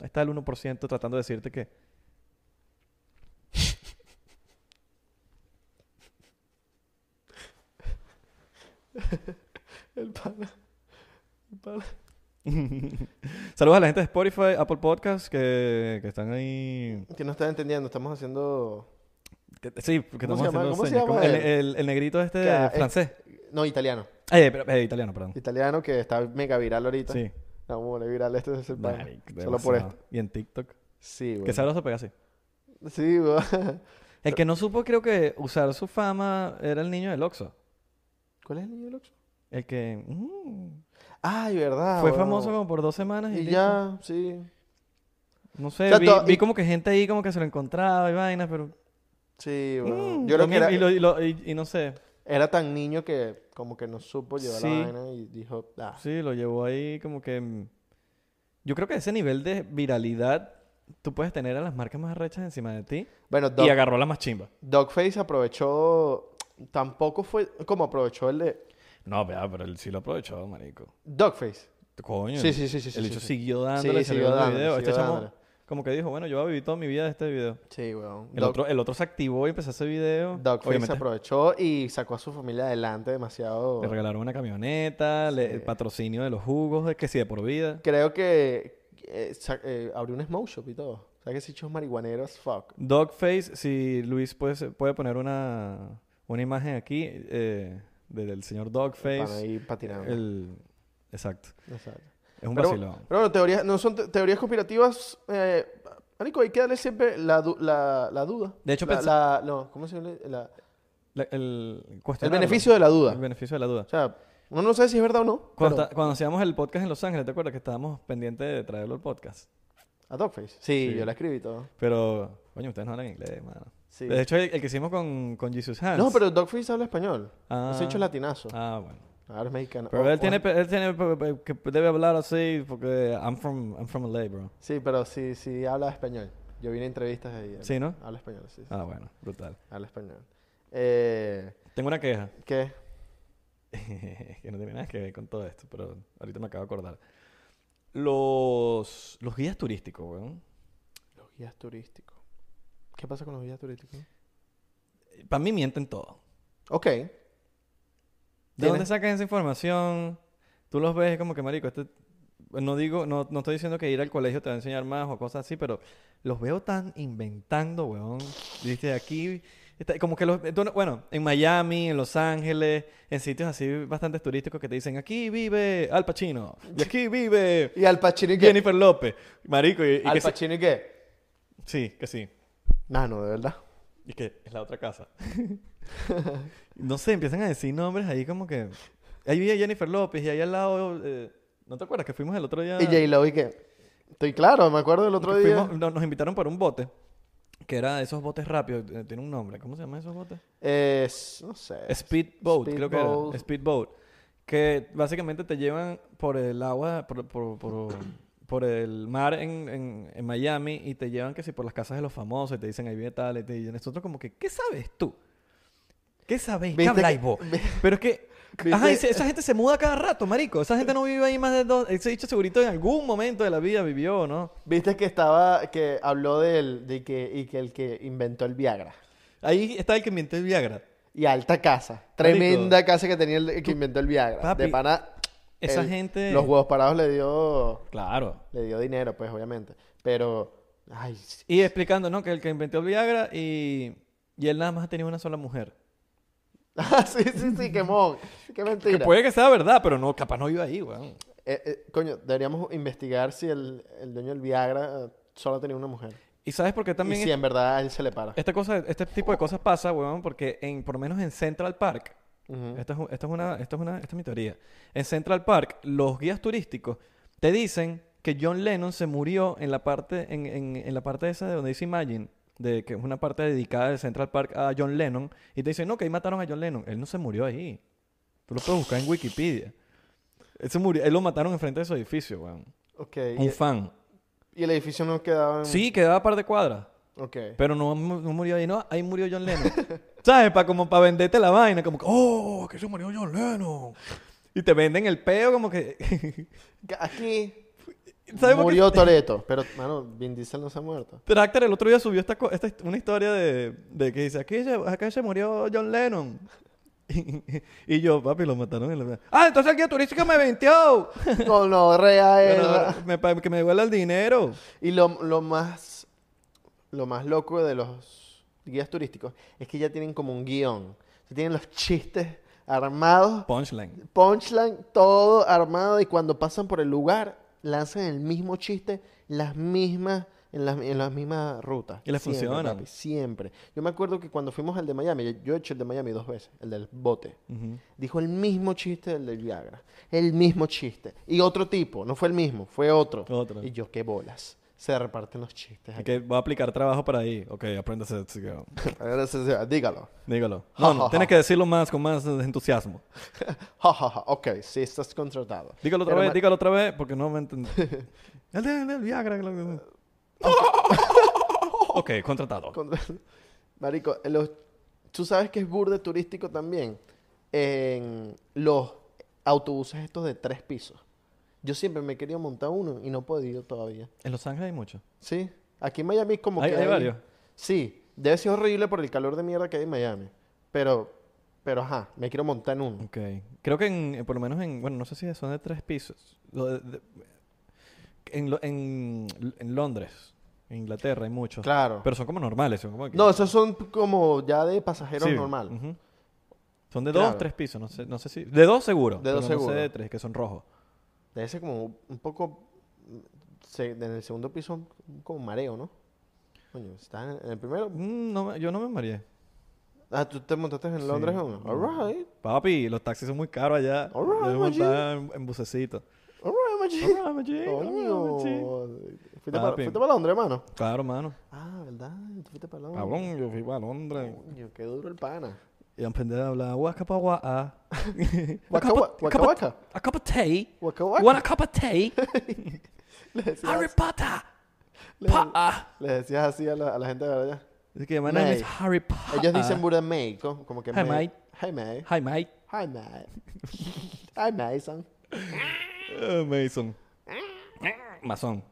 B: Ahí está el 1% tratando de decirte
A: (laughs)
B: que...
A: El pana. El pana.
B: Saludos a la gente de Spotify, Apple Podcasts, que, que están ahí...
A: Que no estás entendiendo, estamos haciendo.
B: que- sí, porque
A: ¿Cómo
B: estamos
A: se llama-
B: haciendo
A: cómo se
B: señas,
A: llama eh.
B: como el,
A: él?
B: el- el negrito este
A: Ca- es-
B: francés.
A: No, italiano.
B: Eh, pero- eh, italiano, perdón.
A: Italiano que está mega viral ahorita.
B: Sí.
A: No, bueno, viral este es el pan.
B: Marico,
A: Solo por
B: demasiado.
A: esto.
B: Y en TikTok.
A: Sí, güey.
B: Que sabroso pega así.
A: Sí, güey.
B: El que no supo, creo que usar su fama era el niño del Oxxo.
A: ¿Cuál es el niño del Oxxo?
B: El que... mm,
A: Ay, verdad.
B: fue
A: weón.
B: famoso como por dos semanas y,
A: Ah, Y
B: listo.
A: ya, sí.
B: No sé,
A: O sea,
B: vi,
A: todo-
B: vi
A: y-
B: como que gente ahí como que se lo encontraba y vainas, pero...
A: Sí, weón. Yo
B: mm,
A: creo
B: lo
A: que
B: mismo,
A: era,
B: Y, lo- y lo- y- y no sé,
A: era tan niño que como que no supo llevar
B: Sí.
A: la vaina y dijo, ah,
B: sí, lo llevó ahí como que... mm, Yo creo que ese nivel de viralidad, tú puedes tener a las marcas más arrechas encima de ti.
A: Bueno,
B: Y
A: Dog-
B: agarró la más chimba.
A: Dogface aprovechó, tampoco fue como aprovechó el de
B: No, pero, pero él sí lo aprovechó, marico.
A: Dogface.
B: Coño.
A: Sí, sí, sí, sí. sí,
B: El
A: sí,
B: hecho
A: sí.
B: siguió dándole,
A: Sí,
B: siguió
A: siguió
B: dándole,
A: dándole,
B: video.
A: siguió
B: este chamo
A: dándole.
B: como que dijo, bueno, yo voy a vivir toda mi vida de este video.
A: Sí, weón.
B: El,
A: Dog-
B: otro, el otro se activó y empezó a hacer video.
A: Dogface
B: Obviamente
A: aprovechó y sacó a su familia adelante demasiado.
B: Le regalaron una camioneta, le-
A: Sí.
B: el patrocinio de los jugos, de que sí, de por vida.
A: Creo que eh, sa- eh, abrió un smoke shop y todo. O sea, que si chos marihuaneros, fuck.
B: Dogface, si Luis puede, ser- puede poner una, una imagen aquí eh, de- del señor
A: Para
B: Dogface.
A: ir patinando.
B: Pues, El, exacto.
A: Exacto.
B: Es un
A: Pero-
B: vacilón.
A: Pero bueno, teorías, no son te- teorías conspirativas. Eh, marico, hay que darle siempre la, du- la, la duda.
B: De hecho,
A: la,
B: pens-
A: la- no, ¿cómo se llama? La-
B: La- el,
A: el
B: cuestionarlo.
A: beneficio de la duda.
B: El beneficio de la duda.
A: O sea, uno no sabe si es verdad o no.
B: Cuando,
A: pero-
B: está- cuando hacíamos el podcast en Los Ángeles, ¿te acuerdas que estábamos pendientes de traerlo al podcast?
A: A Dogface. Sí,
B: Sí.
A: yo la escribí y todo. Pero...
B: Pero, coño, ustedes no hablan inglés, mano.
A: Sí.
B: De hecho, el, el que hicimos con, con Jesus Hans.
A: No, pero Dogface habla español.
B: Ah.
A: Ese hecho es latinazo.
B: Ah, bueno.
A: Ahora es mexicano. Oh,
B: Pero
A: O-
B: él,
A: o-
B: tiene, pe- él tiene pe- pe- que debe hablar así porque I'm from, I'm from LA, bro.
A: Sí, pero sí, sí habla español. Yo vi en entrevistas ahí.
B: Sí, ¿no?
A: Habla español, sí. sí.
B: Ah, bueno, brutal.
A: Habla español. Eh,
B: Tengo una queja (laughs)
A: ¿Qué?
B: que no tiene nada que ver con todo esto, pero ahorita me acabo de acordar. Los, los guías turísticos, weón.
A: Los guías turísticos. ¿Qué pasa con los guías turísticos?
B: Para mí mienten todo.
A: Ok.
B: ¿De dónde
A: Tienes-
B: sacan esa información? Tú los ves como que, marico, este No digo, no, no estoy diciendo que ir al colegio te va a enseñar más o cosas así, pero los veo tan inventando, weón. Dice aquí, está- como que los, tú no- bueno, en Miami, en Los Ángeles, en sitios así bastante turísticos que te dicen, aquí vive Al Pacino, y aquí vive
A: Y Al Pacino y qué.
B: Jennifer López, marico, y, y
A: Al
B: que sí-
A: Pacino y qué.
B: sí, que sí.
A: Nah, no, de verdad.
B: Y que es la otra
A: (laughs)
B: casa. no sé, empiezan a decir nombres ahí como que... Ahí vi a Jennifer López y ahí al lado... eh, ¿No te acuerdas que fuimos el otro día?
A: Y J Lo y qué. Estoy claro, me acuerdo del otro
B: que
A: día.
B: Ah. fuimos- no, nos invitaron para un bote. Que era de esos botes rápidos. eh, Tiene un nombre. ¿Cómo se llaman esos botes?
A: Es, no sé.
B: Speedboat, creo que
A: Speedboat.
B: era. Speedboat. Que básicamente te llevan por el agua, por, por- por- por el mar en, en- en Miami y te llevan que si por las casas de los famosos y te dicen ahí viene tal. Y, te, y nosotros como que, ¿qué sabes tú? ¿Qué sabéis?
A: (laughs)
B: ¿Qué
A: ¿Viste
B: habláis
A: que-
B: vos?
A: vi-
B: Pero es que...
A: ¿Viste?
B: Ajá, y se- esa gente se muda cada rato, marico. Esa gente no vive ahí más de dos... Ese dicho segurito en algún momento de la vida vivió, ¿no?
A: Viste que estaba, que habló del, de que, y que el que inventó el Viagra.
B: Ahí está el que inventó el Viagra.
A: Y alta casa. Tremenda casa que tenía el el que inventó el Viagra.
B: Papi,
A: de pana.
B: esa
A: el-
B: gente-
A: Los huevos parados le dio.
B: Claro.
A: Le dio dinero, pues, obviamente. Pero. Ay, sí. (laughs)
B: Y explicando, ¿no? Que el que inventó el Viagra y, y él nada más ha tenido una sola mujer.
A: Ah, sí, sí, sí, qué mon. Qué mentira.
B: Que puede que sea verdad, pero no, capaz no iba ahí, weón.
A: Eh, eh, coño, deberíamos investigar si el, el dueño del Viagra eh, solo tenía una mujer.
B: ¿Y sabes por qué también
A: y si en verdad a él se le para.
B: esta cosa, este tipo de cosas pasa, weón? Porque en, por lo menos en Central Park,
A: Ujú.
B: esta es, un- esta es una, esta es una, esta es mi teoría. En Central Park, los guías turísticos te dicen que John Lennon se murió en la parte, en, en- en la parte esa de donde dice Imagine, de que es una parte dedicada de Central Park a John Lennon, y te dicen, no, que ahí mataron a John Lennon. Él no se murió ahí. Tú lo puedes buscar en Wikipedia. Él se murió, él lo mataron enfrente de su edificio, weón.
A: Ok.
B: Un
A: Y,
B: fan.
A: y el edificio no quedaba en.
B: Sí, quedaba a par de cuadras.
A: Ok.
B: Pero no, mu- no murió ahí, no, ahí murió John Lennon. (laughs) ¿Sabes? Para como para venderte la vaina, como que, oh, que se murió John Lennon. Y te venden el peo como que. (laughs)
A: Aquí.
B: ¿Sabes por qué?
A: Murió Toreto. Pero, mano, Vin Diesel no se ha muerto. (laughs)
B: Tractor el otro día subió esta, co- esta hist- una historia de, de que dice, aquí se, acá se murió John Lennon. (laughs) y yo, papi, lo mataron en la... Ah, entonces el guía turístico me venteó.
A: No, no, rea es.
B: Pero, me pa- que me devuelva el dinero.
A: Y lo, lo más lo más loco de los guías turísticos es que ya tienen como un guión. O sea, tienen los chistes armados,
B: Punchline.
A: punchline, todo armado y cuando pasan por el lugar lanzan el mismo chiste las mismas en las, en las mismas rutas.
B: Y les
A: Siempre,
B: funcionan.
A: papi, siempre. Yo me acuerdo que cuando fuimos al de Miami, yo he hecho el de Miami dos veces, el del bote.
B: Ujú.
A: Dijo el mismo chiste del del Viagra. El mismo chiste. Y otro tipo, no fue el mismo, fue otro.
B: Otro.
A: Y yo, qué bolas. Se reparten los chistes.
B: Y
A: Aquí.
B: Que voy a aplicar trabajo para ahí. Ok, apréndase. sí, que-
A: (laughs) Ahora sí, sí, Dígalo. (laughs)
B: Dígalo. No, no, tienes que decirlo más, con más eh, entusiasmo.
A: Ja, ja, ja. Ok, sí, estás contratado.
B: Dígalo otra
A: Pero
B: vez,
A: ma-
B: dígalo otra vez, porque no
A: (laughs)
B: me entendí. el, de- el del Viagra. que lo-
A: Oh.
B: ok,
A: (laughs)
B: contratado.
A: Contra- Marico, eh, los- tú sabes que es burde turístico también. En los autobuses estos de tres pisos. Yo siempre me he querido montar uno y no he podido todavía.
B: En Los Ángeles hay mucho.
A: Sí, aquí en Miami como
B: Hay-
A: que
B: hay varios.
A: Sí, debe ser horrible por el calor de mierda que hay en Miami. Pero, pero ajá, me quiero montar en uno.
B: Ok. Creo que en, eh, por lo menos en, bueno, no sé si son de tres pisos. Lo de- de- en, lo- en, en Londres, en Inglaterra hay muchos.
A: Claro.
B: Pero son como normales, son como... que-
A: no, esos son como ya de pasajeros
B: Sí,
A: normal.
B: ujú. Son de
A: Claro.
B: dos, tres pisos, no sé, no sé si... De dos seguro.
A: De dos
B: pero No
A: seguro.
B: sé de tres, que son rojos.
A: Debe ser como un poco mm, se- en el segundo piso como mareo, ¿no? Coño, estás en el primero.
B: Mm, no me- yo no me mareé.
A: Ah, tú te montaste en Londres en uno. All right.
B: Papi, los taxis son muy caros allá.
A: All right,
B: Yo me
A: my
B: montaba en, en bucecito.
A: All right, machi.
B: All right, my G, all right,
A: (laughs) Coño.
B: my G.
A: Fuiste para,
B: Papi.
A: fuiste para Londres, hermano.
B: Claro, mano.
A: Ah, ¿verdad? Tú fuiste para Londres.
B: Cabrón, yo fui para Londres.
A: Coño, qué duro el pana.
B: Y aprendí a hablar waka pa wa a. A
A: Waka
B: cup of-
A: wa-
B: a
A: waka
B: cup of-
A: waka.
B: A cup of tea.
A: Waka waka.
B: Want a cup
A: (laughs)
B: of tea?
A: Le decías,
B: Harry Potter.
A: le-
B: Pa.
A: le decías así a la, a la gente de allá.
B: Es que my name is
A: Mate.
B: Harry Potter.
A: Ellos dicen burda May, co- como que
B: Hi,
A: May.
B: mate.
A: Ah. Hi, May.
B: Hi, mate.
A: Hi, (laughs) May. Hi, Mason.
B: Eh, Mason. Masón.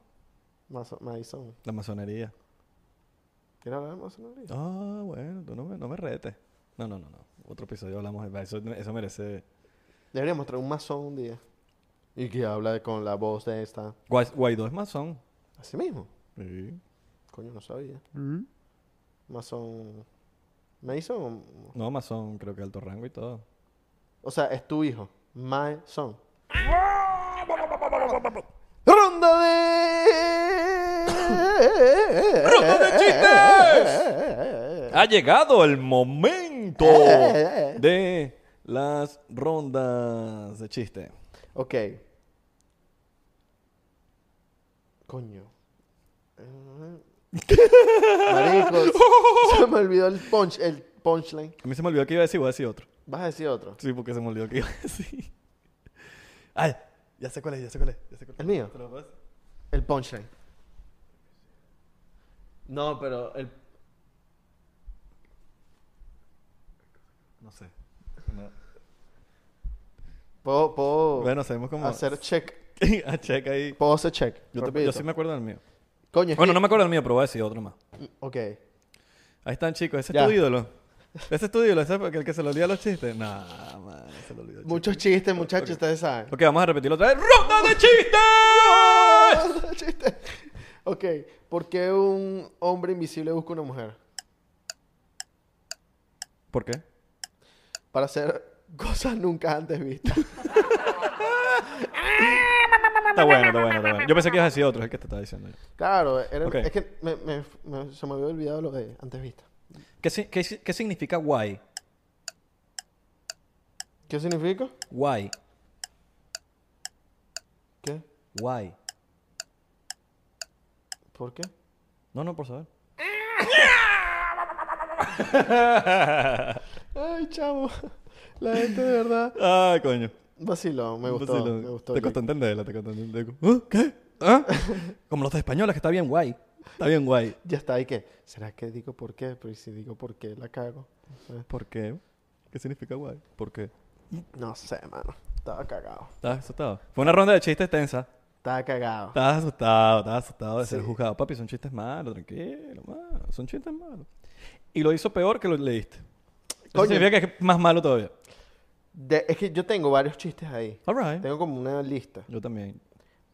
A: Mason. Mason.
B: La masonería.
A: ¿Quieres hablar de masonería?
B: Ah, bueno, tú no me, no me retes. No, no, no, no. Otro episodio hablamos de eso. Eso merece.
A: Deberíamos traer un masón un día. Y que habla de- con la voz de esta.
B: Guas- Guaidó es masón.
A: Así mismo. Coño, no sabía. Mason. Mason. o-
B: No, masón, creo que alto rango y todo.
A: O sea, es tu hijo. Mason. Ronda de. Ronda de chistes.
B: Ha llegado el momento
A: Eh.
B: de las rondas de chiste.
A: Ok. Coño. (laughs) Marico, se me olvidó el punch, el punchline.
B: A mí se me olvidó que iba a decir, voy a decir otro.
A: Vas a decir otro.
B: Sí, porque se me olvidó que iba a decir. (laughs) Ay, ya sé cuál es, ya sé cuál es, ya sé cuál es. pues,
A: ¿El mío?
B: ¿Te lo puedes?
A: El punchline. No, pero el.
B: No sé.
A: Puedo, puedo
B: Bueno, sabemos cómo.
A: Oh, hacer check.
B: (laughs) a check ahí.
A: Puedo hacer check.
B: Yo, te- yo
A: rapidito.
B: sí me acuerdo del mío.
A: Coño, es
B: Bueno,
A: que-
B: no me acuerdo del mío, pero voy a decir otro más.
A: Ok.
B: Ahí están, chicos. Ese
A: Ya.
B: es tu ídolo. Ese es tu ídolo, ese es el que se le olvida los chistes. Nah, man, se le olvidó. el
A: Muchos chistes, muchachos, ustedes saben. (laughs)
B: chiste. Ok, vamos a repetirlo otra vez. ¡Ronda de chistes!
A: Chiste. ok, ¿por qué un hombre invisible busca una mujer?
B: ¿Por qué?
A: Para hacer cosas nunca antes vistas.
B: (laughs) Está bueno, está bueno, está bueno. Yo pensé que ibas a decir otro, es el que te estaba diciendo. yo.
A: Claro, era-
B: Ok.
A: es que me- me- me- se me había olvidado lo de antes vista.
B: ¿Qué, si- qué, si- qué significa guay?
A: ¿Qué significa?
B: Guay.
A: ¿Qué?
B: Guay.
A: ¿Por qué?
B: No, no, por saber.
A: Ay, chavo. (laughs) La gente de verdad.
B: Ah, coño.
A: Vacilón, me gustó.
B: Vacilo.
A: Me gustó.
B: Te
A: Jake.
B: costó entenderla, te costó entenderla. ¿Ah? ¿Qué? (laughs) ¿Ah? Como los españoles, que está bien guay. Está bien guay.
A: Ya está, ¿y qué? ¿Será que digo por qué? Pero ¿y si digo por qué, la cago. Eh,
B: ¿Por qué? ¿Qué significa guay? ¿Por qué?
A: No sé, mano. Estaba cagado.
B: ¿Estabas asustado? Fue una ronda de chistes tensa.
A: Estaba cagado.
B: Estabas asustado, estabas asustado de ser
A: Sí.
B: juzgado. Papi, son chistes malos, tranquilo, mano. Son chistes malos. Y lo hizo peor que lo leíste. Eso
A: Coño.
B: significa que es más malo todavía.
A: De- es que yo tengo varios chistes ahí.
B: All right.
A: Tengo como una lista.
B: Yo también.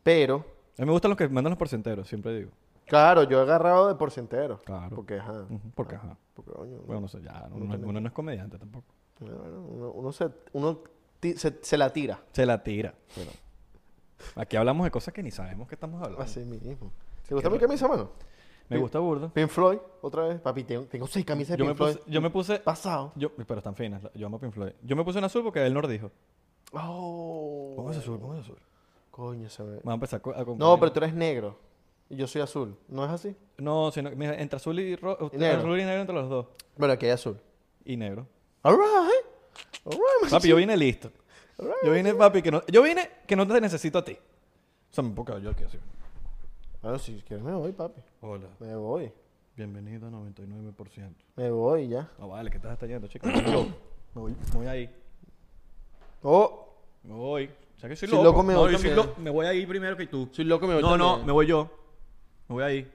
A: Pero,
B: A mí me gustan los que mandan los porcenteros, siempre digo.
A: claro, yo he agarrado de porcentero.
B: Claro. Mm.
A: Porque, ajá.
B: Ujú, Porque,
A: Ah.
B: ajá.
A: Porque, coño, uno-
B: Bueno, no sé, ya. Uno, uno no es comediante tampoco.
A: bueno, uno, uno se, uno ti- se, se la tira.
B: Se la tira. Pero aquí hablamos de cosas que ni sabemos que estamos hablando.
A: Así mismo. ¿Te gusta mi camisa, mano?
B: Me gusta burda.
A: Pink Floyd, otra vez. Papi, tengo, tengo seis camisas de
B: Yo me
A: Pink Floyd.
B: puse... Yo me puse
A: Pasado.
B: yo- pero están finas. Yo amo Pink Floyd. Yo me puse en azul porque él nos dijo.
A: Oh.
B: Póngase azul, póngase azul.
A: Coño, se ve.
B: Me va a empezar co- a confundir.
A: No, pero tú eres negro. Y yo soy azul. ¿No es así?
B: No, sino, mira, entre azul y rojo.
A: Y negro.
B: Azul y negro entre los dos.
A: Bueno, aquí hay azul.
B: Y negro.
A: All right. All right,
B: Papi, yo vine listo.
A: All right.
B: Yo vine, papi, que no, yo vine que no te necesito a ti. O sea, me puedo quedar yo aquí así.
A: Bueno, si quieres me voy, papi.
B: Hola,
A: Me voy.
B: bienvenido a 99%.
A: Me voy ya.
B: No vale, que estás hasta yendo, chico. me voy, me voy ahí.
A: Oh.
B: Me voy. O sea que soy
A: Soy
B: loco.
A: loco, me
B: No,
A: voy
B: yo soy
A: también.
B: lo- me voy ahí primero que tú.
A: Soy loco, me voy
B: no, no,
A: también.
B: me voy yo. Me voy ahí.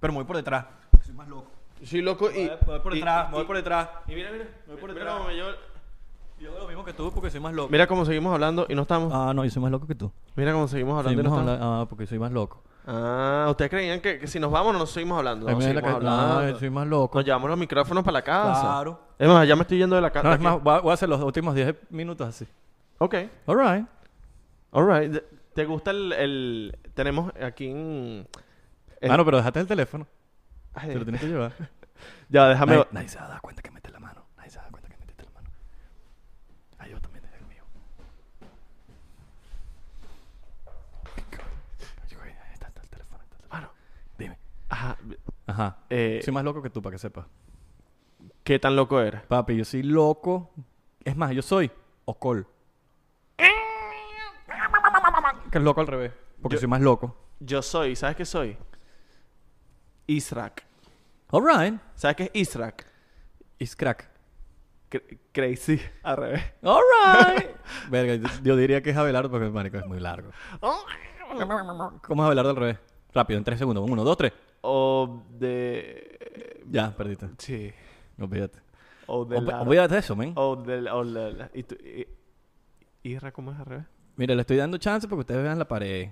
B: Pero me voy por detrás. Soy más loco.
A: Soy loco y...
B: me voy por detrás, me voy por detrás. Y mira, mira, me voy por detrás. Yo hago lo mismo que tú porque soy más loco.
A: Mira cómo seguimos hablando y no estamos.
B: Ah, no, yo soy más loco que tú.
A: Mira cómo seguimos hablando y no
B: Seguimos
A: estamos.
B: habla- Ah, porque soy más loco.
A: Ah, ustedes creían que, que si nos vamos no nos seguimos hablando.
B: Ay,
A: No,
B: mira la
A: seguimos
B: ca-
A: hablando.
B: Ah, soy más loco. Ah,
A: Nos llevamos los micrófonos para la casa.
B: Claro.
A: Es más, ya me estoy yendo de la casa.
B: No, es más, voy a- voy a hacer los últimos 10 minutos así.
A: Ok.
B: All right.
A: All right. De- ¿Te gusta el, el- Tenemos aquí en... el-
B: Ah, no, pero déjate el teléfono.
A: Ay,
B: Te lo tienes que
A: (laughs)
B: llevar.
A: Ya, déjame...
B: Nadie, nadie se va a dar cuenta que metes la mano. Nadie se va a dar cuenta que metes la mano. Ah, yo también tengo el mío. Ay, güey, ahí Está, está el teléfono, ahí está el teléfono.
A: Mano,
B: Dime.
A: ajá,
B: Ajá.
A: eh,
B: Soy más loco que tú, para que sepas.
A: ¿Qué tan loco eres?
B: Papi, yo soy loco. Es más, yo soy Ocol. Que es loco al revés. Porque
A: Yo-
B: soy más loco.
A: Yo soy... ¿Sabes qué soy? Israq.
B: All right.
A: ¿Sabes qué es Israq?
B: It's crack.
A: Cra- crazy. (laughs) Al revés.
B: All right. (laughs) Verga, yo, yo diría que es Abelardo porque marico es muy largo. ¿Cómo es Abelardo al revés? Rápido, en tres segundos. Uno, dos, tres.
A: O de...
B: Ya, perdiste.
A: Sí.
B: Olvídate.
A: O de la...
B: Olvídate de eso, men.
A: O del... O la, la- y tú- y- ¿Isra cómo es al revés?
B: Mira, le estoy dando chance porque ustedes vean la pared.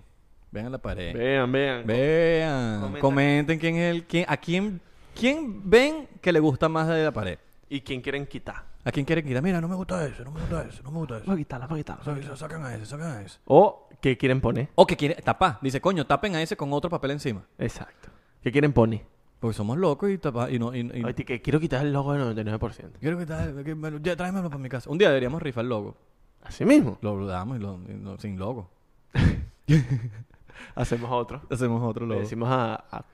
B: Vean la pared.
A: Vean, vean.
B: Vean.
A: Comenta.
B: Comenten quién es el... Quién, a quién, quién ven que le gusta más de la pared.
A: ¿Y quién quieren quitar?
B: ¿A quién quieren quitar? Mira, no me gusta ese, no me gusta ese, no me gusta ese.
A: a quitarla, vamos a quitarla.
B: Sa- sa- Sacan a ese, sacan a ese.
A: ¿O qué quieren poner?
B: O que quiere tapar. Dice, coño, tapen a ese con otro papel encima.
A: Exacto. ¿Qué quieren poner?
B: Porque somos locos y tapa- y no... Y, y-
A: Oye, que quiero quitar el logo del 99%.
B: Quiero que tal- que me lo- ya, tráemelo para mi casa. Un día deberíamos rifar el logo.
A: Así mismo.
B: Lo damos y, lo- y lo- sin logo.
A: Hacemos otro.
B: (laughs) Hacemos otro
A: Le
B: logo.
A: decimos a, a- a-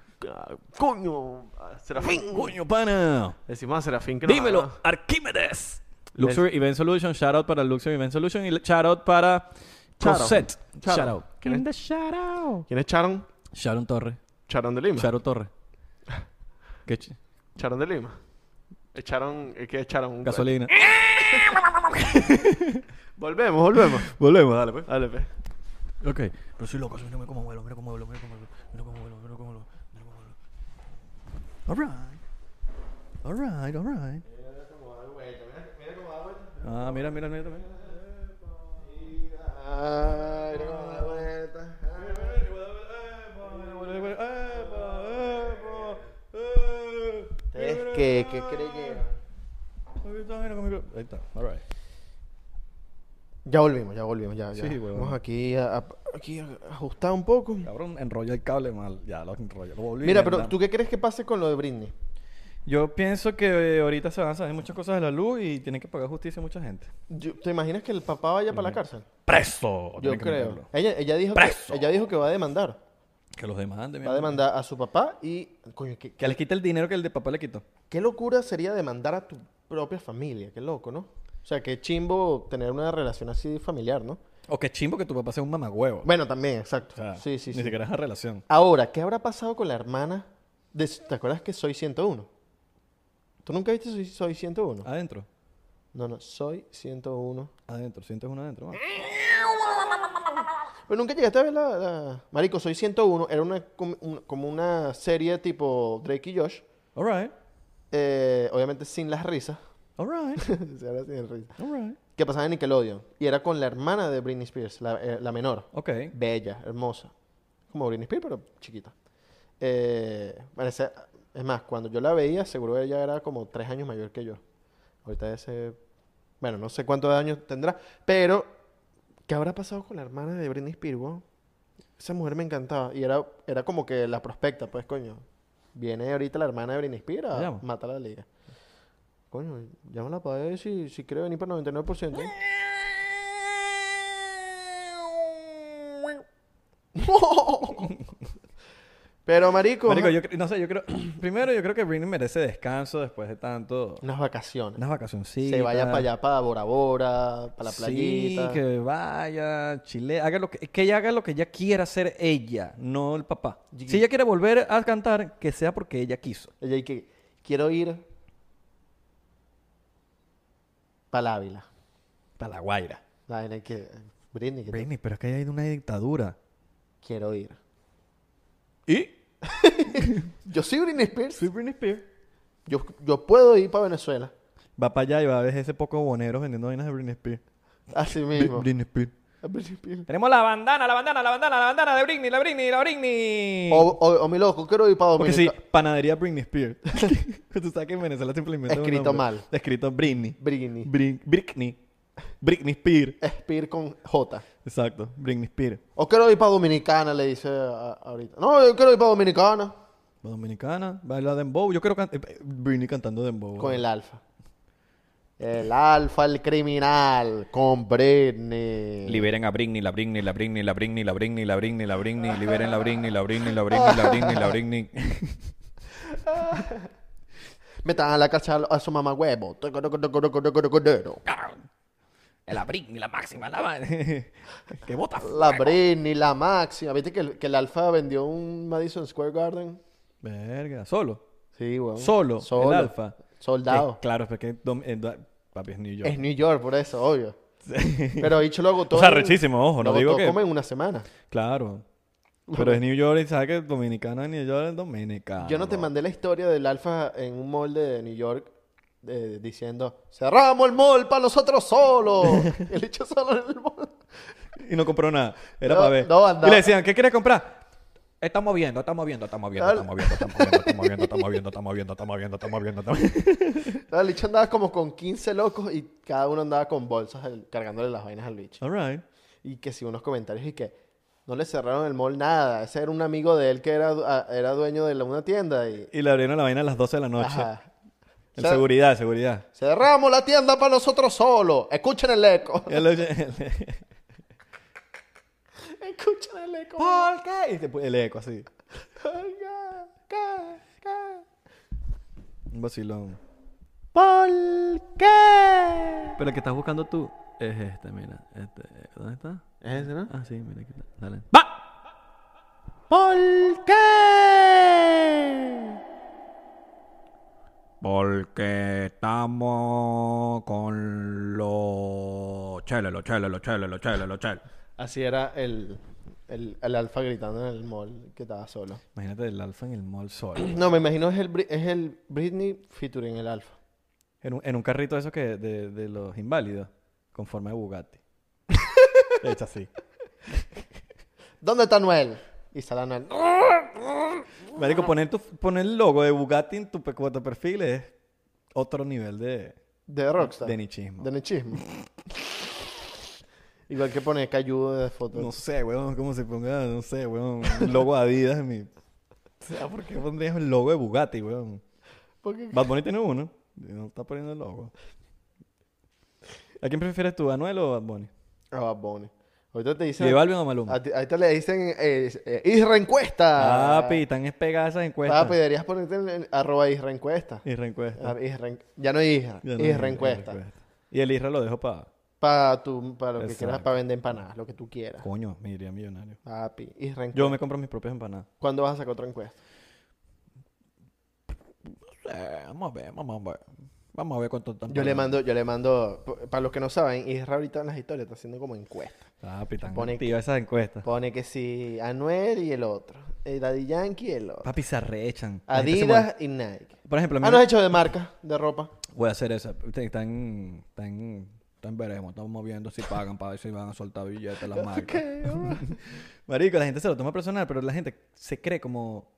A: Coño, a Serafín.
B: ¡Coño, pana!
A: Le decimos a Serafín que nos
B: ¡Dímelo,
A: haga-
B: Arquímedes! Luxury Event Solution, shout out para Luxury Event Solution y shout out para
A: Shout out.
B: Cosette.
A: Shout
B: Shout
A: out.
B: out.
A: ¿Quién es?
B: In the shout out.
A: ¿Quién es Charon?
B: Sharon Torre.
A: Charon de Lima. (laughs)
B: Sharon Torre. ¿Qué ch-
A: Charon de Lima. Eh, Charon, eh, ¿qué es Charon?
B: Gasolina.
A: Volvemos, volvemos.
B: Volvemos, dale, pues.
A: Dale, pe.
B: Ok. Pero soy loco, soy, mira cómo vuelo, mira cómo vuelo, mira cómo vuelo, mira cómo vuelo, mira cómo vuelo, mira cómo vuelo. Alright. Alright, alright. Ah, mira, mira, mira también.
A: ¿Ustedes qué? ¿Qué creyeron?
B: Ahí está, alright.
A: Ya volvimos, ya volvimos, ya, ya.
B: Sí, huevón.
A: Vamos aquí a, a- aquí a ajustar un poco.
B: Cabrón, enrolla el cable mal. Ya, lo enrolla. Lo volví a
A: Mira, pero
B: enredar.
A: ¿tú qué crees que pase con lo de Britney?
B: Yo pienso que eh, ahorita se van a saber muchas cosas de la luz y tienen que pagar justicia mucha gente.
A: Yo- ¿Te imaginas que el papá vaya para la cárcel?
B: ¡Preso!
A: Yo
B: Tienen que
A: creo.
B: meterlo.
A: Ella, ella, dijo
B: Preso.
A: que, ella dijo que va a demandar.
B: Que los demanden. mi
A: Va a
B: amor.
A: demandar a su papá y... Coño, qué,
B: Que les quite el dinero que el de papá le quitó.
A: qué locura sería demandar a tu propia familia. Qué loco, ¿no? O sea, qué chimbo tener una relación así familiar, ¿no?
B: O que chimbo que tu papá sea un mamagüevo.
A: Bueno, también, exacto.
B: O sea,
A: sí, sí,
B: ni
A: sí.
B: siquiera es una relación.
A: Ahora, ¿qué habrá pasado con la hermana? De, ¿Te acuerdas que Soy 101? ¿Tú nunca viste Soy, Soy 101?
B: Adentro.
A: No, no, Soy 101.
B: Adentro. Sientes uno adentro. va.
A: Pero nunca llegaste a ver la... la- Marico, Soy 101 era una, com- un- como una serie tipo Drake y Josh.
B: Alright.
A: eh, obviamente sin las risas. (laughs)
B: Alright.
A: Se habla sin risas.
B: Alright.
A: Que pasaba en Nickelodeon. Y era con la hermana de Britney Spears, la, eh, la menor.
B: Ok.
A: Bella, hermosa. Como Britney Spears, pero chiquita. Eh, parece- es más, cuando yo la veía, seguro ella era como tres años mayor que yo. Ahorita ese... Bueno, no sé cuántos años tendrá, pero... ¿Qué habrá pasado con la hermana de Britney Spears, weón? Esa mujer me encantaba. Y era, era como que la prospecta, pues, coño. Viene ahorita la hermana de Britney Spears
B: La
A: a
B: llamo.
A: matar a la liga. Coño, llámala para ver si, si quiere venir para 99%. Pero, marico,
B: Marico,
A: ajá,
B: yo cre- no sé, yo creo... (clears throat) primero, yo creo que Britney merece descanso después de tanto...
A: unas vacaciones.
B: Unas vacacioncitas.
A: Se vaya para allá, para Bora Bora, para la playita.
B: Sí, que vaya, Chile, haga lo que, que ella haga lo que ella quiera hacer ella, no el papá.
A: Y-
B: Si ella quiere volver a cantar, que sea porque ella quiso.
A: Ella y que quiero ir para la Ávila.
B: Para la guaira.
A: La vaina que Britney, que te-
B: Britney, pero es que ella hay de una dictadura.
A: quiero ir.
B: ¿Y?
A: Yo soy Britney Spears.
B: Britney Spears.
A: Yo, yo puedo ir para Venezuela.
B: Va para allá y va a ver ese poco bonero vendiendo vainas de Britney Spears.
A: Así
B: Bri-
A: mismo.
B: Britney Spears.
A: A Britney Spears.
B: Tenemos la bandana, la bandana, la bandana, la bandana de Britney, la Britney, la Britney.
A: O, o- o mi loco, quiero ir para
B: Porque
A: Dominicana.
B: sí, panadería Britney Spears. (laughs) Tú sabes que en Venezuela siempre le inventan un
A: Escrito
B: nombre.
A: mal.
B: Escrito Britney.
A: Britney.
B: Bri- Britney. Britney Spears.
A: Spears con J.
B: Exacto, Britney Spears.
A: O quiero ir para Dominicana, le dice a- ahorita. No, yo quiero ir para Dominicana.
B: La dominicana, baila dembow. Yo quiero cantar. Britney cantando dembow.
A: Con el alfa. El alfa, el criminal. Con Britney.
B: Liberen a Britney, la Britney, la Britney, la Britney, la Britney, la Britney, la Britney, liberen la Britney, la Britney, la Britney, la Britney, la
C: (laughs)
B: Britney.
A: Metan a la cárcel a su mamá huevo.
B: La Britney, la máxima, la va- (laughs) que bota.
A: La Britney, la máxima. ¿Viste que el, que el alfa vendió un Madison Square Garden?
B: Verga, solo.
A: Sí, weón.
B: Solo, el alfa.
A: Soldado.
B: Eh, claro, porque dom- eh, da- papi es New York.
A: Es New York, por eso,
B: (laughs)
A: obvio. Pero dicho lo agotó.
B: O sea,
A: en-
B: rechísimo, ojo, no
A: lo
B: digo
A: agotó
B: que-
A: como en una semana.
B: Claro. Pero es New York y sabes que dominicano es New York, es dominicano.
A: Yo no te mandé la historia del Alfa en un mall de New York eh, diciendo, cerramos el mall para nosotros solos. el hecho solo en el mall.
B: y no compró nada. Era
A: No,
B: para ver.
A: no, andaba.
B: Y le decían, ¿qué quieres comprar?
C: Estamos viendo, estamos viendo, estamos viendo,
A: Dale.
C: estamos viendo, estamos viendo, estamos viendo, estamos viendo, estamos viendo, estamos viendo, estamos viendo, estamos viendo.
A: No, el bicho andaba como con 15 locos y cada uno andaba con bolsas el- cargándole las vainas al bicho.
B: All right.
A: Y que si unos comentarios y que no le cerraron el mall nada. Ese era un amigo de él que era, du- a- era dueño de la- una tienda y...
B: Y le abrieron la vaina a las 12 de la noche.
A: Ajá.
B: El
A: Cer-
B: seguridad, el seguridad.
A: Cerramos la tienda para nosotros solos. Escuchen el eco.
B: Y (laughs) el- el-
A: Escuchen el eco.
B: ¿Por qué? Y te pu- el eco así.
A: Polka, ca, ca.
B: Un vacilón.
A: Polka.
B: Pero el que estás buscando tú es este, mira. Este, ¿Dónde está?
A: ¿Es ese, no?
B: Ah, sí, mira aquí está. Dale. ¡Va!
A: Polka.
C: Porque estamos con los chele, los chele, los chele, los chele, los chele.
A: Así era el, el, el alfa gritando en el mall que estaba solo.
B: Imagínate el alfa en el mall solo.
A: No, me imagino es el, Bri- es el Britney featuring el alfa.
B: En un, en un carrito de esos que de, de los inválidos. Con forma
A: (laughs)
B: de Bugatti. Hecha así.
A: ¿Dónde está Noel? Y sale Noel.
B: Marico, poner, tu, poner el logo de Bugatti en tu, pe- como tu perfil es otro nivel de,
A: De Rockstar.
B: de nichismo.
A: De nichismo. Igual que pone Cayudo de foto.
B: No sé, weón, cómo se ponga, no sé, weón, un logo Adidas en mi... O sea, ¿por qué pondrías el logo de Bugatti, weón?
A: Porque-
B: Bad Bunny tiene uno, y no está poniendo el logo. ¿A quién prefieres tú, Anuel o Bad Bunny?
A: Ah, Bad Bunny. Ahorita te dicen.
B: ¿Y Balvin o Maluma?
A: A ti- Ahorita le dicen eh, eh, Isra Encuesta.
B: Papi, Ah, están es pegada esas encuestas.
A: ah, Papi, deberías ponerte en, en arroba Isra Encuesta.
B: Y reencuesta.
A: Ah, Isra en- ya no Isra,
B: Ya no
A: Isra
B: hay
A: Encuesta.
B: reencuesta. Y el Isra lo dejo para...
A: Para tu, para lo que
B: Exacto.
A: quieras, para vender empanadas, lo que tú quieras.
B: Coño, me iría millonario.
A: Papi, Isra Encuesta.
B: Yo me compro mis propias empanadas.
A: ¿Cuándo vas a sacar otra encuesta?
C: Eh, Vamos a ver, vamos a ver. Vamos a ver cuánto estamos.
A: Yo le mando, yo le mando, p- para los que no saben, Isra ahorita en las historias está haciendo como encuestas.
B: Papi, están
A: Pone-
B: activas esas encuestas.
A: Pone que si Anuel y el otro, el Daddy Yankee y el otro,
B: Papi, se arrechan. La gente se molesta.
A: Adidas y Nike.
B: Por ejemplo, a mí
A: Ah,
B: me-
A: no has hecho de marca, de ropa.
C: Voy a hacer esa. Están, están, están veremos, estamos viendo si pagan para ver si van a soltar billetes las
A: (laughs)
C: marcas.
B: Marico, la gente se lo toma personal, pero la gente se cree como...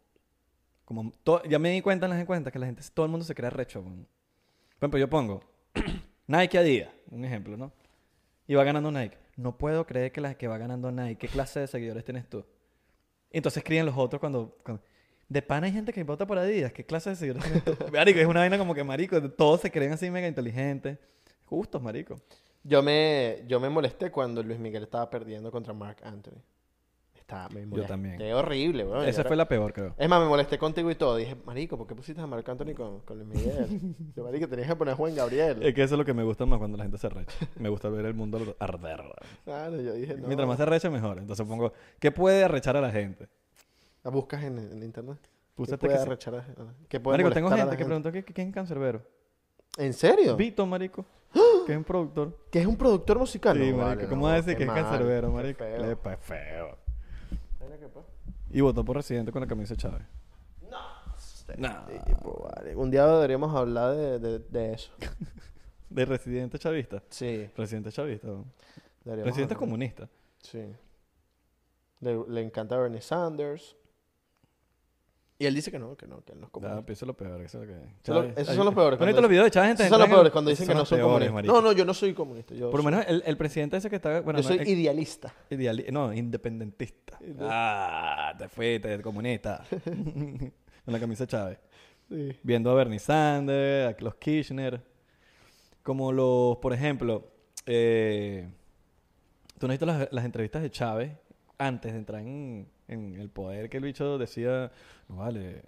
B: como to- ya me di cuenta en las encuestas que la gente, todo el mundo se cree recho. weón. Por ejemplo, yo pongo (clears throat) Nike Adidas, un ejemplo, ¿no? Y va ganando Nike. No puedo creer que la que va ganando Nike, ¿qué clase de seguidores tienes tú? Entonces crían los otros cuando... cuando- de pana hay gente que vota por Adidas, ¿qué clase de seguidores tienes tú? Marico, es una vaina como que, marico, todos se creen así mega inteligentes. Justos, marico.
A: Yo me, yo me molesté cuando Luis Miguel estaba perdiendo contra Mark Anthony. Estaba, me molesté.
B: también.
A: horrible, weón.
B: Esa fue la peor, creo.
A: Es más, me molesté contigo y todo. Dije, marico, ¿por qué pusiste a Marc Anthony con, con Luis
B: (laughs)
A: Miguel? Yo, marico, tenías que poner a Juan
B: Es
A: Gabriel.
B: que eso es lo que me gusta más cuando la gente se recha. Me gusta ver el mundo arder.
A: Claro, yo dije, no.
B: Mientras más se recha, mejor. Entonces pongo, ¿qué puede arrechar a la gente?
A: La buscas en, en internet.
B: Puse
A: ¿Qué
B: hasta
A: puede
B: que se-
A: arrechar a- a- qué puede
B: Marico, tengo
A: molestar a
B: gente,
A: la
B: que preguntó que, que- quién es Cancerbero.
A: ¿En serio?
B: Vito, marico. Que es un productor.
A: Que es un productor musical.
B: sí,
A: ¡Ah! No,
B: marico.
A: vale,
B: ¿Cómo
A: no,
B: va a decir
A: qué
B: que es
A: mal,
B: Cancerbero,
A: qué
B: marico?
A: feo. pues.
B: Epa, es feo.
A: Mira qué feo.
B: Y votó por Residente con la camisa de Chávez. No.
A: Tipo, vale, Un día deberíamos hablar de, de- de eso.
B: De Residente Chavista.
A: Sí.
B: Residente Chavista. weón.
A: deberíamos
B: Residente es
A: hablar.
B: comunista.
A: Sí. Le, le encanta Bernie Sanders. Y él dice que no, que no, que él no es
B: Ya,
A: comunista.
B: eso es Ah, lo peor. Eso es lo que...
A: Son los-
B: Chávez-
A: esos
B: Ay,
A: son los peores,
B: ¿no
A: cuando
B: viste los videos de Chávez?
A: Esos son los
B: Entonces,
A: peores cuando dicen
B: Ah, esos
A: que no son
B: los peores,
A: comunistas.
B: marico.
A: No, no, yo no soy comunista. Yo
B: Por lo
A: soy,
B: menos el, el presidente ese que está... Bueno, eh.
A: yo
B: no,
A: soy Eh,
B: el-
A: idealista.
B: Ideali- no, independentista. Ah, te fuiste,
A: (laughs)
B: comunista. (laughs) Con la camisa de Chávez.
A: Sí.
B: Viendo a Bernie Sanders, a los Kirchner. Como los, por ejemplo, eh, tú no has visto las, las entrevistas de Chávez antes de entrar en, en el poder que el bicho decía, no vale,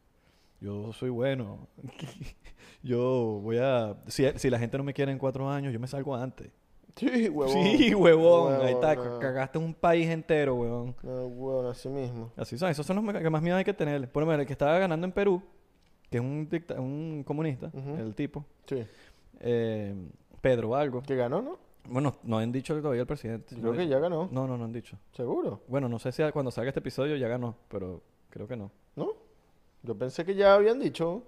B: yo soy bueno. (laughs) yo voy a... Si, si la gente no me quiere en cuatro años, yo me salgo antes.
A: Sí, huevón.
B: Sí, huevón. Ahí está,
A: Huevón, no.
B: cagaste un país entero, huevón.
A: No, huevón, así mismo.
B: Así son, esos son los meca- que más miedo hay que tener. Por lo menos el que estaba ganando en Perú, que es un, dicta- un comunista,
A: Ujú.
B: el tipo,
A: Sí.
B: eh, Pedro algo.
A: Que ganó, ¿no?
B: Bueno, no han dicho todavía el presidente.
A: Creo que ya ganó.
B: No, no, no han dicho.
A: Seguro,
B: Bueno, no sé si a- cuando salga este episodio ya ganó, pero creo que no.
A: ¿no? Yo pensé que ya habían dicho.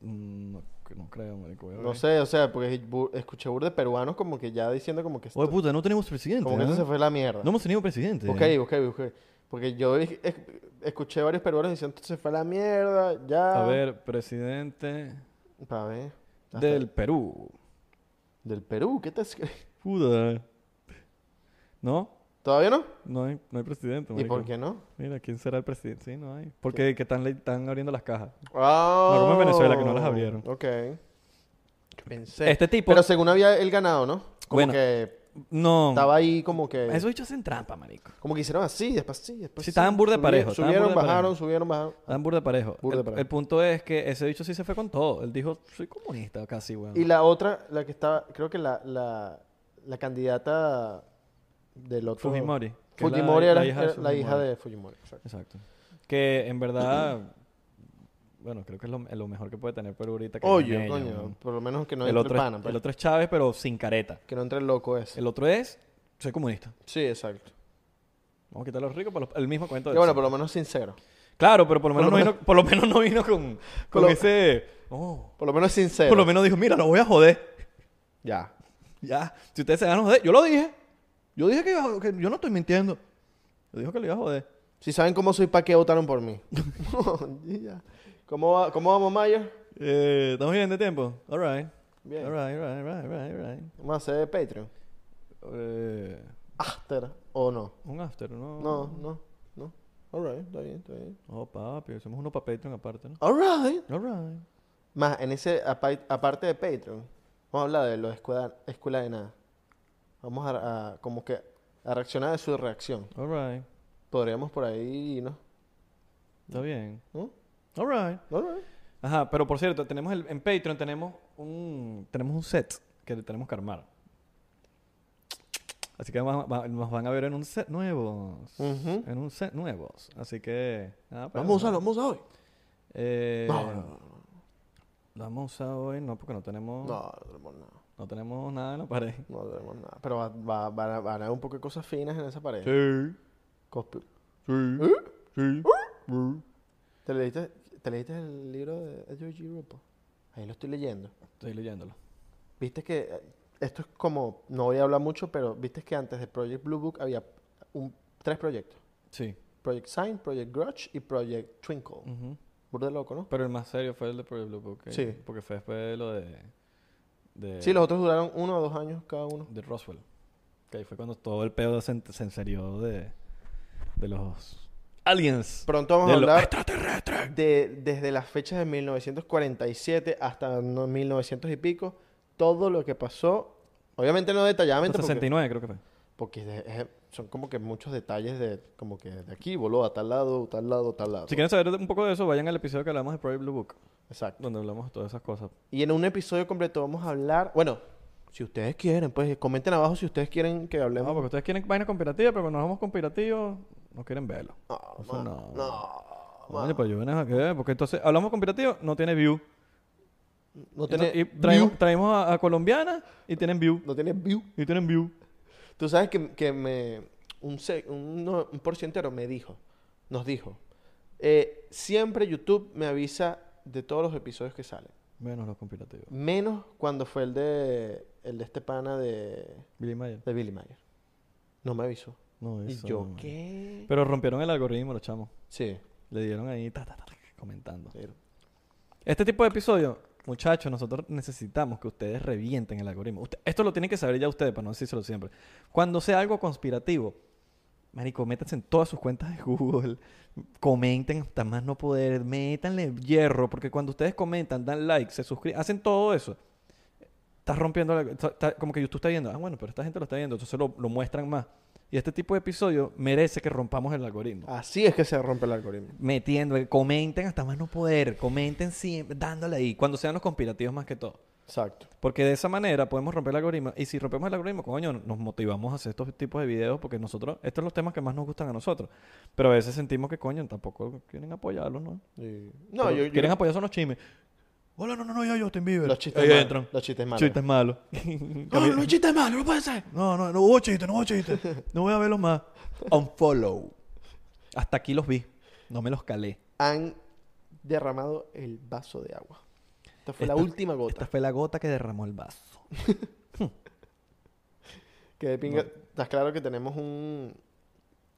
B: Mm, que no creo, marico.
A: No sé, o sea, porque bu- escuché burde peruanos como que ya diciendo como que...
B: Oye,
A: esto-
B: puta, no tenemos presidente.
A: como que
B: ¿ah?
A: eso se fue la mierda.
B: No hemos tenido presidente. ¿eh?
A: Ok, ok, ok. Porque yo es- es- escuché varios peruanos diciendo, "Esto se fue a la mierda, ya.
B: A ver, presidente
A: Pa' ver. Ya está.
B: del Perú.
A: Del Perú, ¿qué te escribe?
B: Puta. No,
A: ¿Todavía no?
B: no hay, no hay presidente,
A: ¿Y
B: marico.
A: por qué no?
B: Mira, ¿quién será el presidente? Sí, no hay. Porque que están, le- están abriendo las cajas.
A: Ah.
B: como en Venezuela, que no las abrieron.
A: Ok. Yo pensé.
B: Este tipo-
A: Pero según había él ganado, ¿no? Como
B: Bueno.
A: que
B: No.
A: estaba ahí como que...
B: Esos bichos hacen trampa, marico.
A: Como que hicieron así, después sí, después
B: Sí, estaban burda de
A: Subi-
B: parejo, estaban
A: Subieron,
B: burda de
A: bajaron,
B: parejo.
A: subieron, bajaron.
B: Dan burda de parejo.
A: Burda de
B: el,
A: parejo.
B: el punto es que ese bicho sí se fue con todo. Él dijo, soy comunista casi, weón.
A: Y la otra, la que estaba, creo que la, la, la candidata del otro...
B: Fujimori. que es la-
A: Fujimori era era
B: de
A: la hija
B: Fujimori.
A: de Fujimori. exacto.
B: Exacto. Que en verdad, bueno, creo que es lo, lo mejor que puede tener Perú ahorita. Que
A: Oye,
B: es ella,
A: coño,
B: weón.
A: por lo menos que no
B: el,
A: entre
B: otro
A: el pana,
B: es,
A: pues.
B: el otro es Chávez, pero sin careta.
A: que no entre el loco ese.
B: El otro es, soy comunista.
A: Sí, exacto.
B: Vamos a quitar a los ricos para los- el mismo cuento.
A: Que
B: de
A: bueno, por
B: siempre.
A: lo menos sincero.
B: Claro, pero por lo
A: por
B: menos,
A: lo
B: no vino, por lo menos no vino con, con
A: lo-
B: ese... "Oh",
A: Por lo menos sincero.
B: por lo menos dijo, mira, lo voy a joder. (laughs)
A: Ya.
B: Ya, si ustedes se van a joder, yo lo dije. Yo dije que, iba a- que yo no estoy mintiendo. Yo dijo que lo iba a joder.
A: Si saben cómo soy, ¿para qué votaron por mí? (laughs) Y ya. ¿Cómo, va- ¿Cómo vamos, Mayer?
B: Eh, ¿Estamos bien de tiempo? All right.
A: Bien.
B: All right, all right, all right, all right.
A: Vamos a hacer Patreon.
B: Eh,
A: After. ¿O no?
B: un after, ¿no?
A: No, no, no. All right, está bien, está bien.
B: Oh, papi, hacemos uno para Patreon aparte, ¿no?
A: All right.
B: All right.
A: Más, en ese, apa- aparte de Patreon, vamos a hablar de los escuela, escuela de nada. Vamos a, a- como que a reaccionar de su reacción.
B: All right.
A: Podríamos por ahí, ¿no? ¿Mm?
B: Está bien.
A: ¿No?
B: All right.
A: All right.
B: Ajá, pero por cierto, tenemos el, en Patreon tenemos un, tenemos un set que tenemos que armar. Así que va- va- nos van a ver en un set nuevos.
A: Ujú.
B: En un set nuevos. Así que... nada, pues,
A: Vamos a usarlo, vamos a usar hoy.
B: Eh,
A: No, no, no,
B: Lo vamos a usar hoy, no, porque no tenemos,
A: No, no tenemos nada.
B: no tenemos nada en la pared.
A: No tenemos nada. Pero va, va- van, a, van a haber un poco de cosas finas en esa pared.
B: Sí,
A: Cospi-
B: sí,
A: ¿Eh?
B: sí.
A: ¿Te leíste, ¿Te leíste el libro de Edward G. Rupert? Ahí lo estoy leyendo.
B: Estoy leyéndolo.
A: Viste que eh, esto es como, no voy a hablar mucho, pero viste que antes de Project Blue Book había un- tres proyectos.
B: Sí.
A: Project Sign, Project Grudge y Project Twinkle.
B: ujú.
A: Burda de loco, ¿no?
B: Pero el más serio fue el de Project Blue Book. ¿eh?
A: Sí.
B: Porque fue después de lo de... de
A: Sí, los otros duraron uno o dos años cada uno.
B: De Roswell. Que ahí fue cuando todo el pedo se, en- se enserió de, de los aliens.
A: Pronto vamos a
B: De lo
A: hablar de desde las fechas de 1947 hasta no- 1900 y pico, todo lo que pasó, obviamente no detalladamente porque,
B: 69 creo que fue.
A: porque es de- es- son como que muchos detalles de como que de aquí voló a tal lado, tal lado, tal lado.
B: Si quieren saber un poco de eso, vayan al episodio que hablamos de Project Blue Book.
A: Exacto.
B: Donde hablamos de todas esas cosas.
A: Y en un episodio completo vamos a hablar, bueno, si ustedes quieren, pues comenten abajo si ustedes quieren que
B: No,
A: hablemos.
B: Ah, porque ustedes quieren vaina conspirativa, pero cuando nos vamos conspirativos, no quieren verlo.
A: No,
B: Eso
A: man,
B: no.
A: no,
B: Oye,
A: man.
B: pues yo vengo a qué, porque entonces hablamos conspirativo, no tiene view.
A: No tiene
B: y
A: view.
B: traemos, traemos a, a colombiana y tienen view.
A: No tiene view.
B: Y tienen view.
A: Tú sabes que, que me, un, se- un, no- un porcientero me dijo, nos dijo, eh, siempre YouTube me avisa de todos los episodios que salen.
B: Menos los conspirativos.
A: Menos cuando fue el de, el de este pana de,
B: Billy Mayer.
A: de Billy Mayer. No me avisó.
B: No,
A: ¿Y
B: eso.
A: yo
B: no.
A: qué?
B: Pero rompieron el algoritmo, los chamos.
A: Sí.
B: Le dieron ahí, ta, ta, ta, ta, comentando.
A: sí.
B: Este tipo de episodio, muchachos, nosotros necesitamos que ustedes revienten el algoritmo. Usted- esto lo tienen que saber ya ustedes, para no decírselo siempre. Cuando sea algo conspirativo, marico, métanse en todas sus cuentas de (laughs) Google, comenten hasta más no poder, métanle hierro, porque cuando ustedes comentan, dan like, se suscriben, hacen todo eso. Estás rompiendo, la- está- está- como que YouTube está viendo, ah, bueno, pero esta gente lo está viendo, entonces lo, lo muestran más. Y este tipo de episodio merece que rompamos el algoritmo
A: Así es que se rompe el algoritmo.
B: metiendo, eh, comenten hasta más no poder, comenten siempre, dándole ahí, cuando sean los conspirativos más que todo.
A: Exacto.
B: Porque de esa manera podemos romper el algoritmo. Y si rompemos el algoritmo, coño, nos motivamos a hacer estos tipos de videos porque nosotros, estos son los temas que más nos gustan a nosotros. Pero a veces sentimos que, coño, tampoco quieren apoyarlos, ¿no?
A: Y- No,
B: Pero
A: yo, yo-
B: Quieren apoyar son los chismes. Hola, no, no, no, yo, Justin Bieber.
A: los chistes
B: Ahí
A: malos.
B: entran.
A: Los chistes malos.
B: Chistes malos.
A: (laughs) No,
B: (laughs)
A: no, los chistes malos, no puede ser.
B: No, no, no hubo chiste, no
A: (laughs)
B: hubo chiste. No voy a verlos más. Unfollow. Hasta aquí los vi. No me los calé.
A: Han derramado el vaso de agua. Esta fue la
B: Esta-
A: última gota.
B: Esta fue la gota que derramó el vaso.
A: Que de pinga. Estás claro que tenemos un.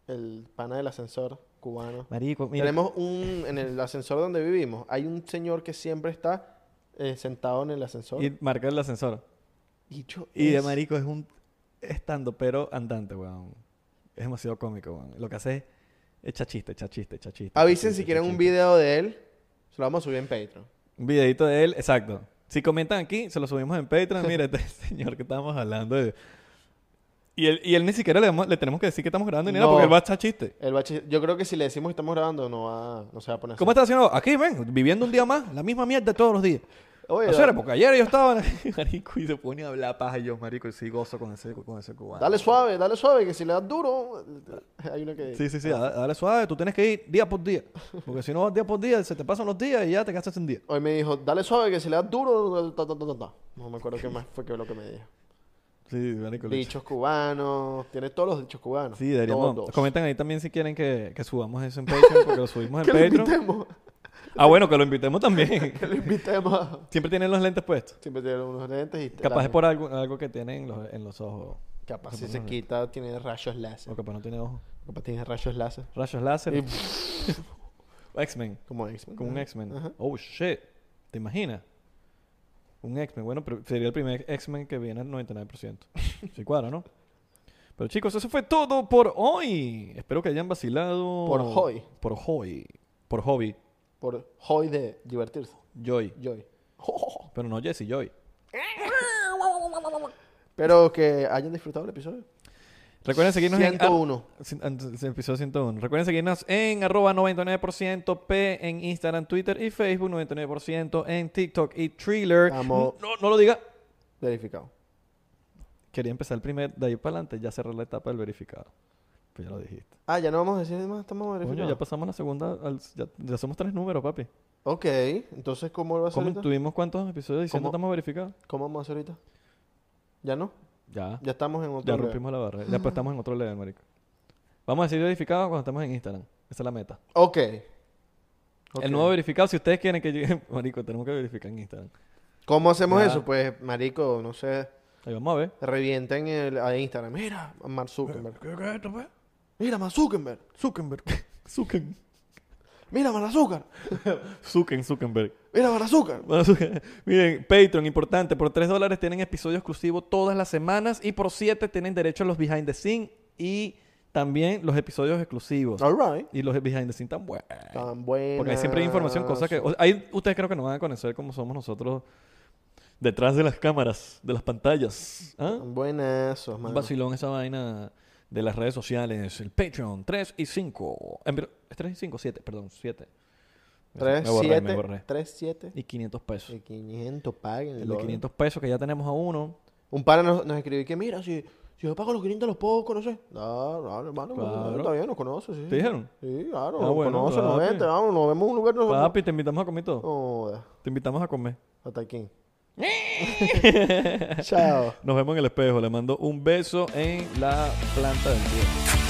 A: El pana del ascensor cubano.
B: Marico, mira.
A: Tenemos un. En el ascensor donde vivimos, hay un señor que siempre está eh, sentado en el ascensor.
B: Y marca el ascensor.
A: Dicho
B: Y de
A: es-
B: marico es un estando pero andante, weón. Es demasiado cómico, weón. Lo que hace es echa chiste, echa chiste, echa chiste. echa
A: Avisen
B: chiste,
A: si
B: echa
A: quieren un
B: chiste.
A: video de él. Se lo vamos a subir en Patreon.
B: Un videito de él, exacto. Si comentan aquí, se lo subimos en Patreon. Mira, este (laughs) señor que estábamos hablando de... Y él, y él ni siquiera le, vamos- le tenemos que decir que estamos grabando ni nada
A: No.
B: porque él va a echar chiste.
A: El bache- yo creo que si le decimos que estamos grabando, no va, no se va a poner
B: ¿Cómo
A: así.
B: estás haciendo? Aquí, ven, viviendo un día más, la misma mierda todos los días.
A: Oye,
B: O sea,
A: da-
B: porque ayer yo estaba, (laughs) marico, y se pone a hablar paja y yo, marico, y sí gozo con ese, con ese cubano.
A: dale suave, dale suave, que si le das duro, eh, hay una que...
B: Sí, sí, sí, da- dale suave, tú tienes que ir día por día. Porque si no vas día por día, se te pasan los días y ya te gastas en día.
A: Hoy me dijo, dale suave, que si le das duro, ta, ta, ta, ta, ta. No me acuerdo qué más fue que lo que
B: (laughs)
A: me dijo.
B: Sí, marico. lo-
A: Dichos cubanos, tiene todos los dichos cubanos.
B: Sí, deberíamos.
A: Todos.
B: Comentan ahí también si quieren que, que subamos eso en Patreon, porque lo subimos
A: (laughs) Que
B: en
A: lo
B: Patreon.
A: invitemos,
B: Ah, bueno, que lo invitemos también. (laughs)
A: que lo invitemos. a-
B: Siempre tienen los lentes puestos.
A: Siempre tiene unos lentes y...
B: Capaz es por algo, algo que tienen en los, en los ojos.
A: Capaz si se quita, tiene rayos láser.
B: O capaz no tiene ojos.
A: Capaz tiene rayos láser.
B: Rayos láser.
A: Y-
B: (laughs) X-Men.
A: Como X-Men.
B: Como un
A: ajá,
B: X-Men.
A: ajá.
B: Oh, shit. ¿Te imaginas? Un X-Men. Bueno, pero sería el primer X-Men que viene al 99%.
A: (laughs)
B: Sí, cuadra, ¿no? Pero chicos, eso fue todo por hoy. Espero que hayan vacilado.
A: Por hoy.
B: Por hoy. Por hobby.
A: Por hoy de divertirse.
B: Joy.
A: Joy. (laughs)
B: Pero no Jesse, Joy.
A: Pero que hayan disfrutado el episodio.
B: Recuerden seguirnos en...
A: 101.
B: Cien- an- c- Episodio 101. Recuerden seguirnos en arroba 99% P en Instagram, Twitter y Facebook, 99% en TikTok y Thriller.
A: Vamos.
B: No, no lo diga.
A: Verificado.
B: Quería empezar el primer, de ahí para adelante, ya cerrar la etapa del verificado. Pues ya lo dijiste.
A: Ah, ya no vamos a decir más, estamos
B: Coño, ya
A: verificados.
B: pasamos la segunda, al- ya, ya somos tres números, papi.
A: ok, entonces, ¿cómo va a ser
B: ¿Cómo
A: ahorita?
B: tuvimos cuántos episodios diciendo
A: ¿Cómo?
B: estamos verificados?
A: ¿Cómo vamos a hacer ahorita? ¿Ya no?
B: Ya,
A: Ya estamos en otro
B: ya
A: lugar.
B: rompimos la barrera. Ya pues estamos en otro level, marico. Vamos a decir verificado cuando estamos en Instagram. Esa es la meta.
A: Ok. Ok.
B: El nuevo verificado, si ustedes quieren que llegue, (laughs) marico, tenemos que verificar en Instagram.
A: ¿Cómo hacemos
B: Ya.
A: eso? Pues, marico, no sé,
B: Ahí vamos a ver.
A: revienten el, a Instagram. Mira, a Mark Zuckerberg.
C: ¿Qué, qué, esto, pues?
A: Mira, a Mark Zuckerberg.
B: Zuckerberg. Zucken.
A: Mira, a Mark Zuckerberg.
B: Zucken, Zuckerberg.
A: Mira, a Mark Zuckerberg.
B: Bueno, su- (laughs) miren, Patreon, importante, por 3 dólares tienen episodio exclusivo todas las semanas y por 7 tienen derecho a los behind the scene y también los episodios exclusivos.
A: All right.
B: Y los behind the scene tan buenos.
A: Tan bueno.
B: Porque ahí siempre hay información, cosas que... o- ahí ustedes creo que nos van a conocer como somos nosotros detrás de las cámaras, de las pantallas. ¿Ah?
A: Tan buenazos,
B: Un
A: mano.
B: vacilón esa vaina de las redes sociales, el Patreon 3 y 5. Eh, pero, es 3 y 5, 7, perdón, 7.
A: 3,
B: me borré, me
A: 7,
B: borré.
A: 3, 7
B: Y 500 pesos.
A: y 500, paguen.
B: El de 500 pesos que ya tenemos a uno.
A: Un pana nos, nos escribió que, mira, si, si yo pago los 500 los puedo conocer. No, no, hermano,
B: Claro.
A: está bien, nos conoce, sí.
B: ¿Te dijeron?
A: Sí, claro,
B: Ah,
A: nos
B: bueno,
A: conoce, nos
B: papi.
A: vente, vamos, nos vemos en un lugar. Nos...
B: Papi, te invitamos a comer todo.
A: No, da,
B: Te invitamos a comer.
A: hasta
B: (laughs)
A: aquí. (laughs) Chao.
B: Nos vemos en el espejo. Le mando un beso en la planta del pie.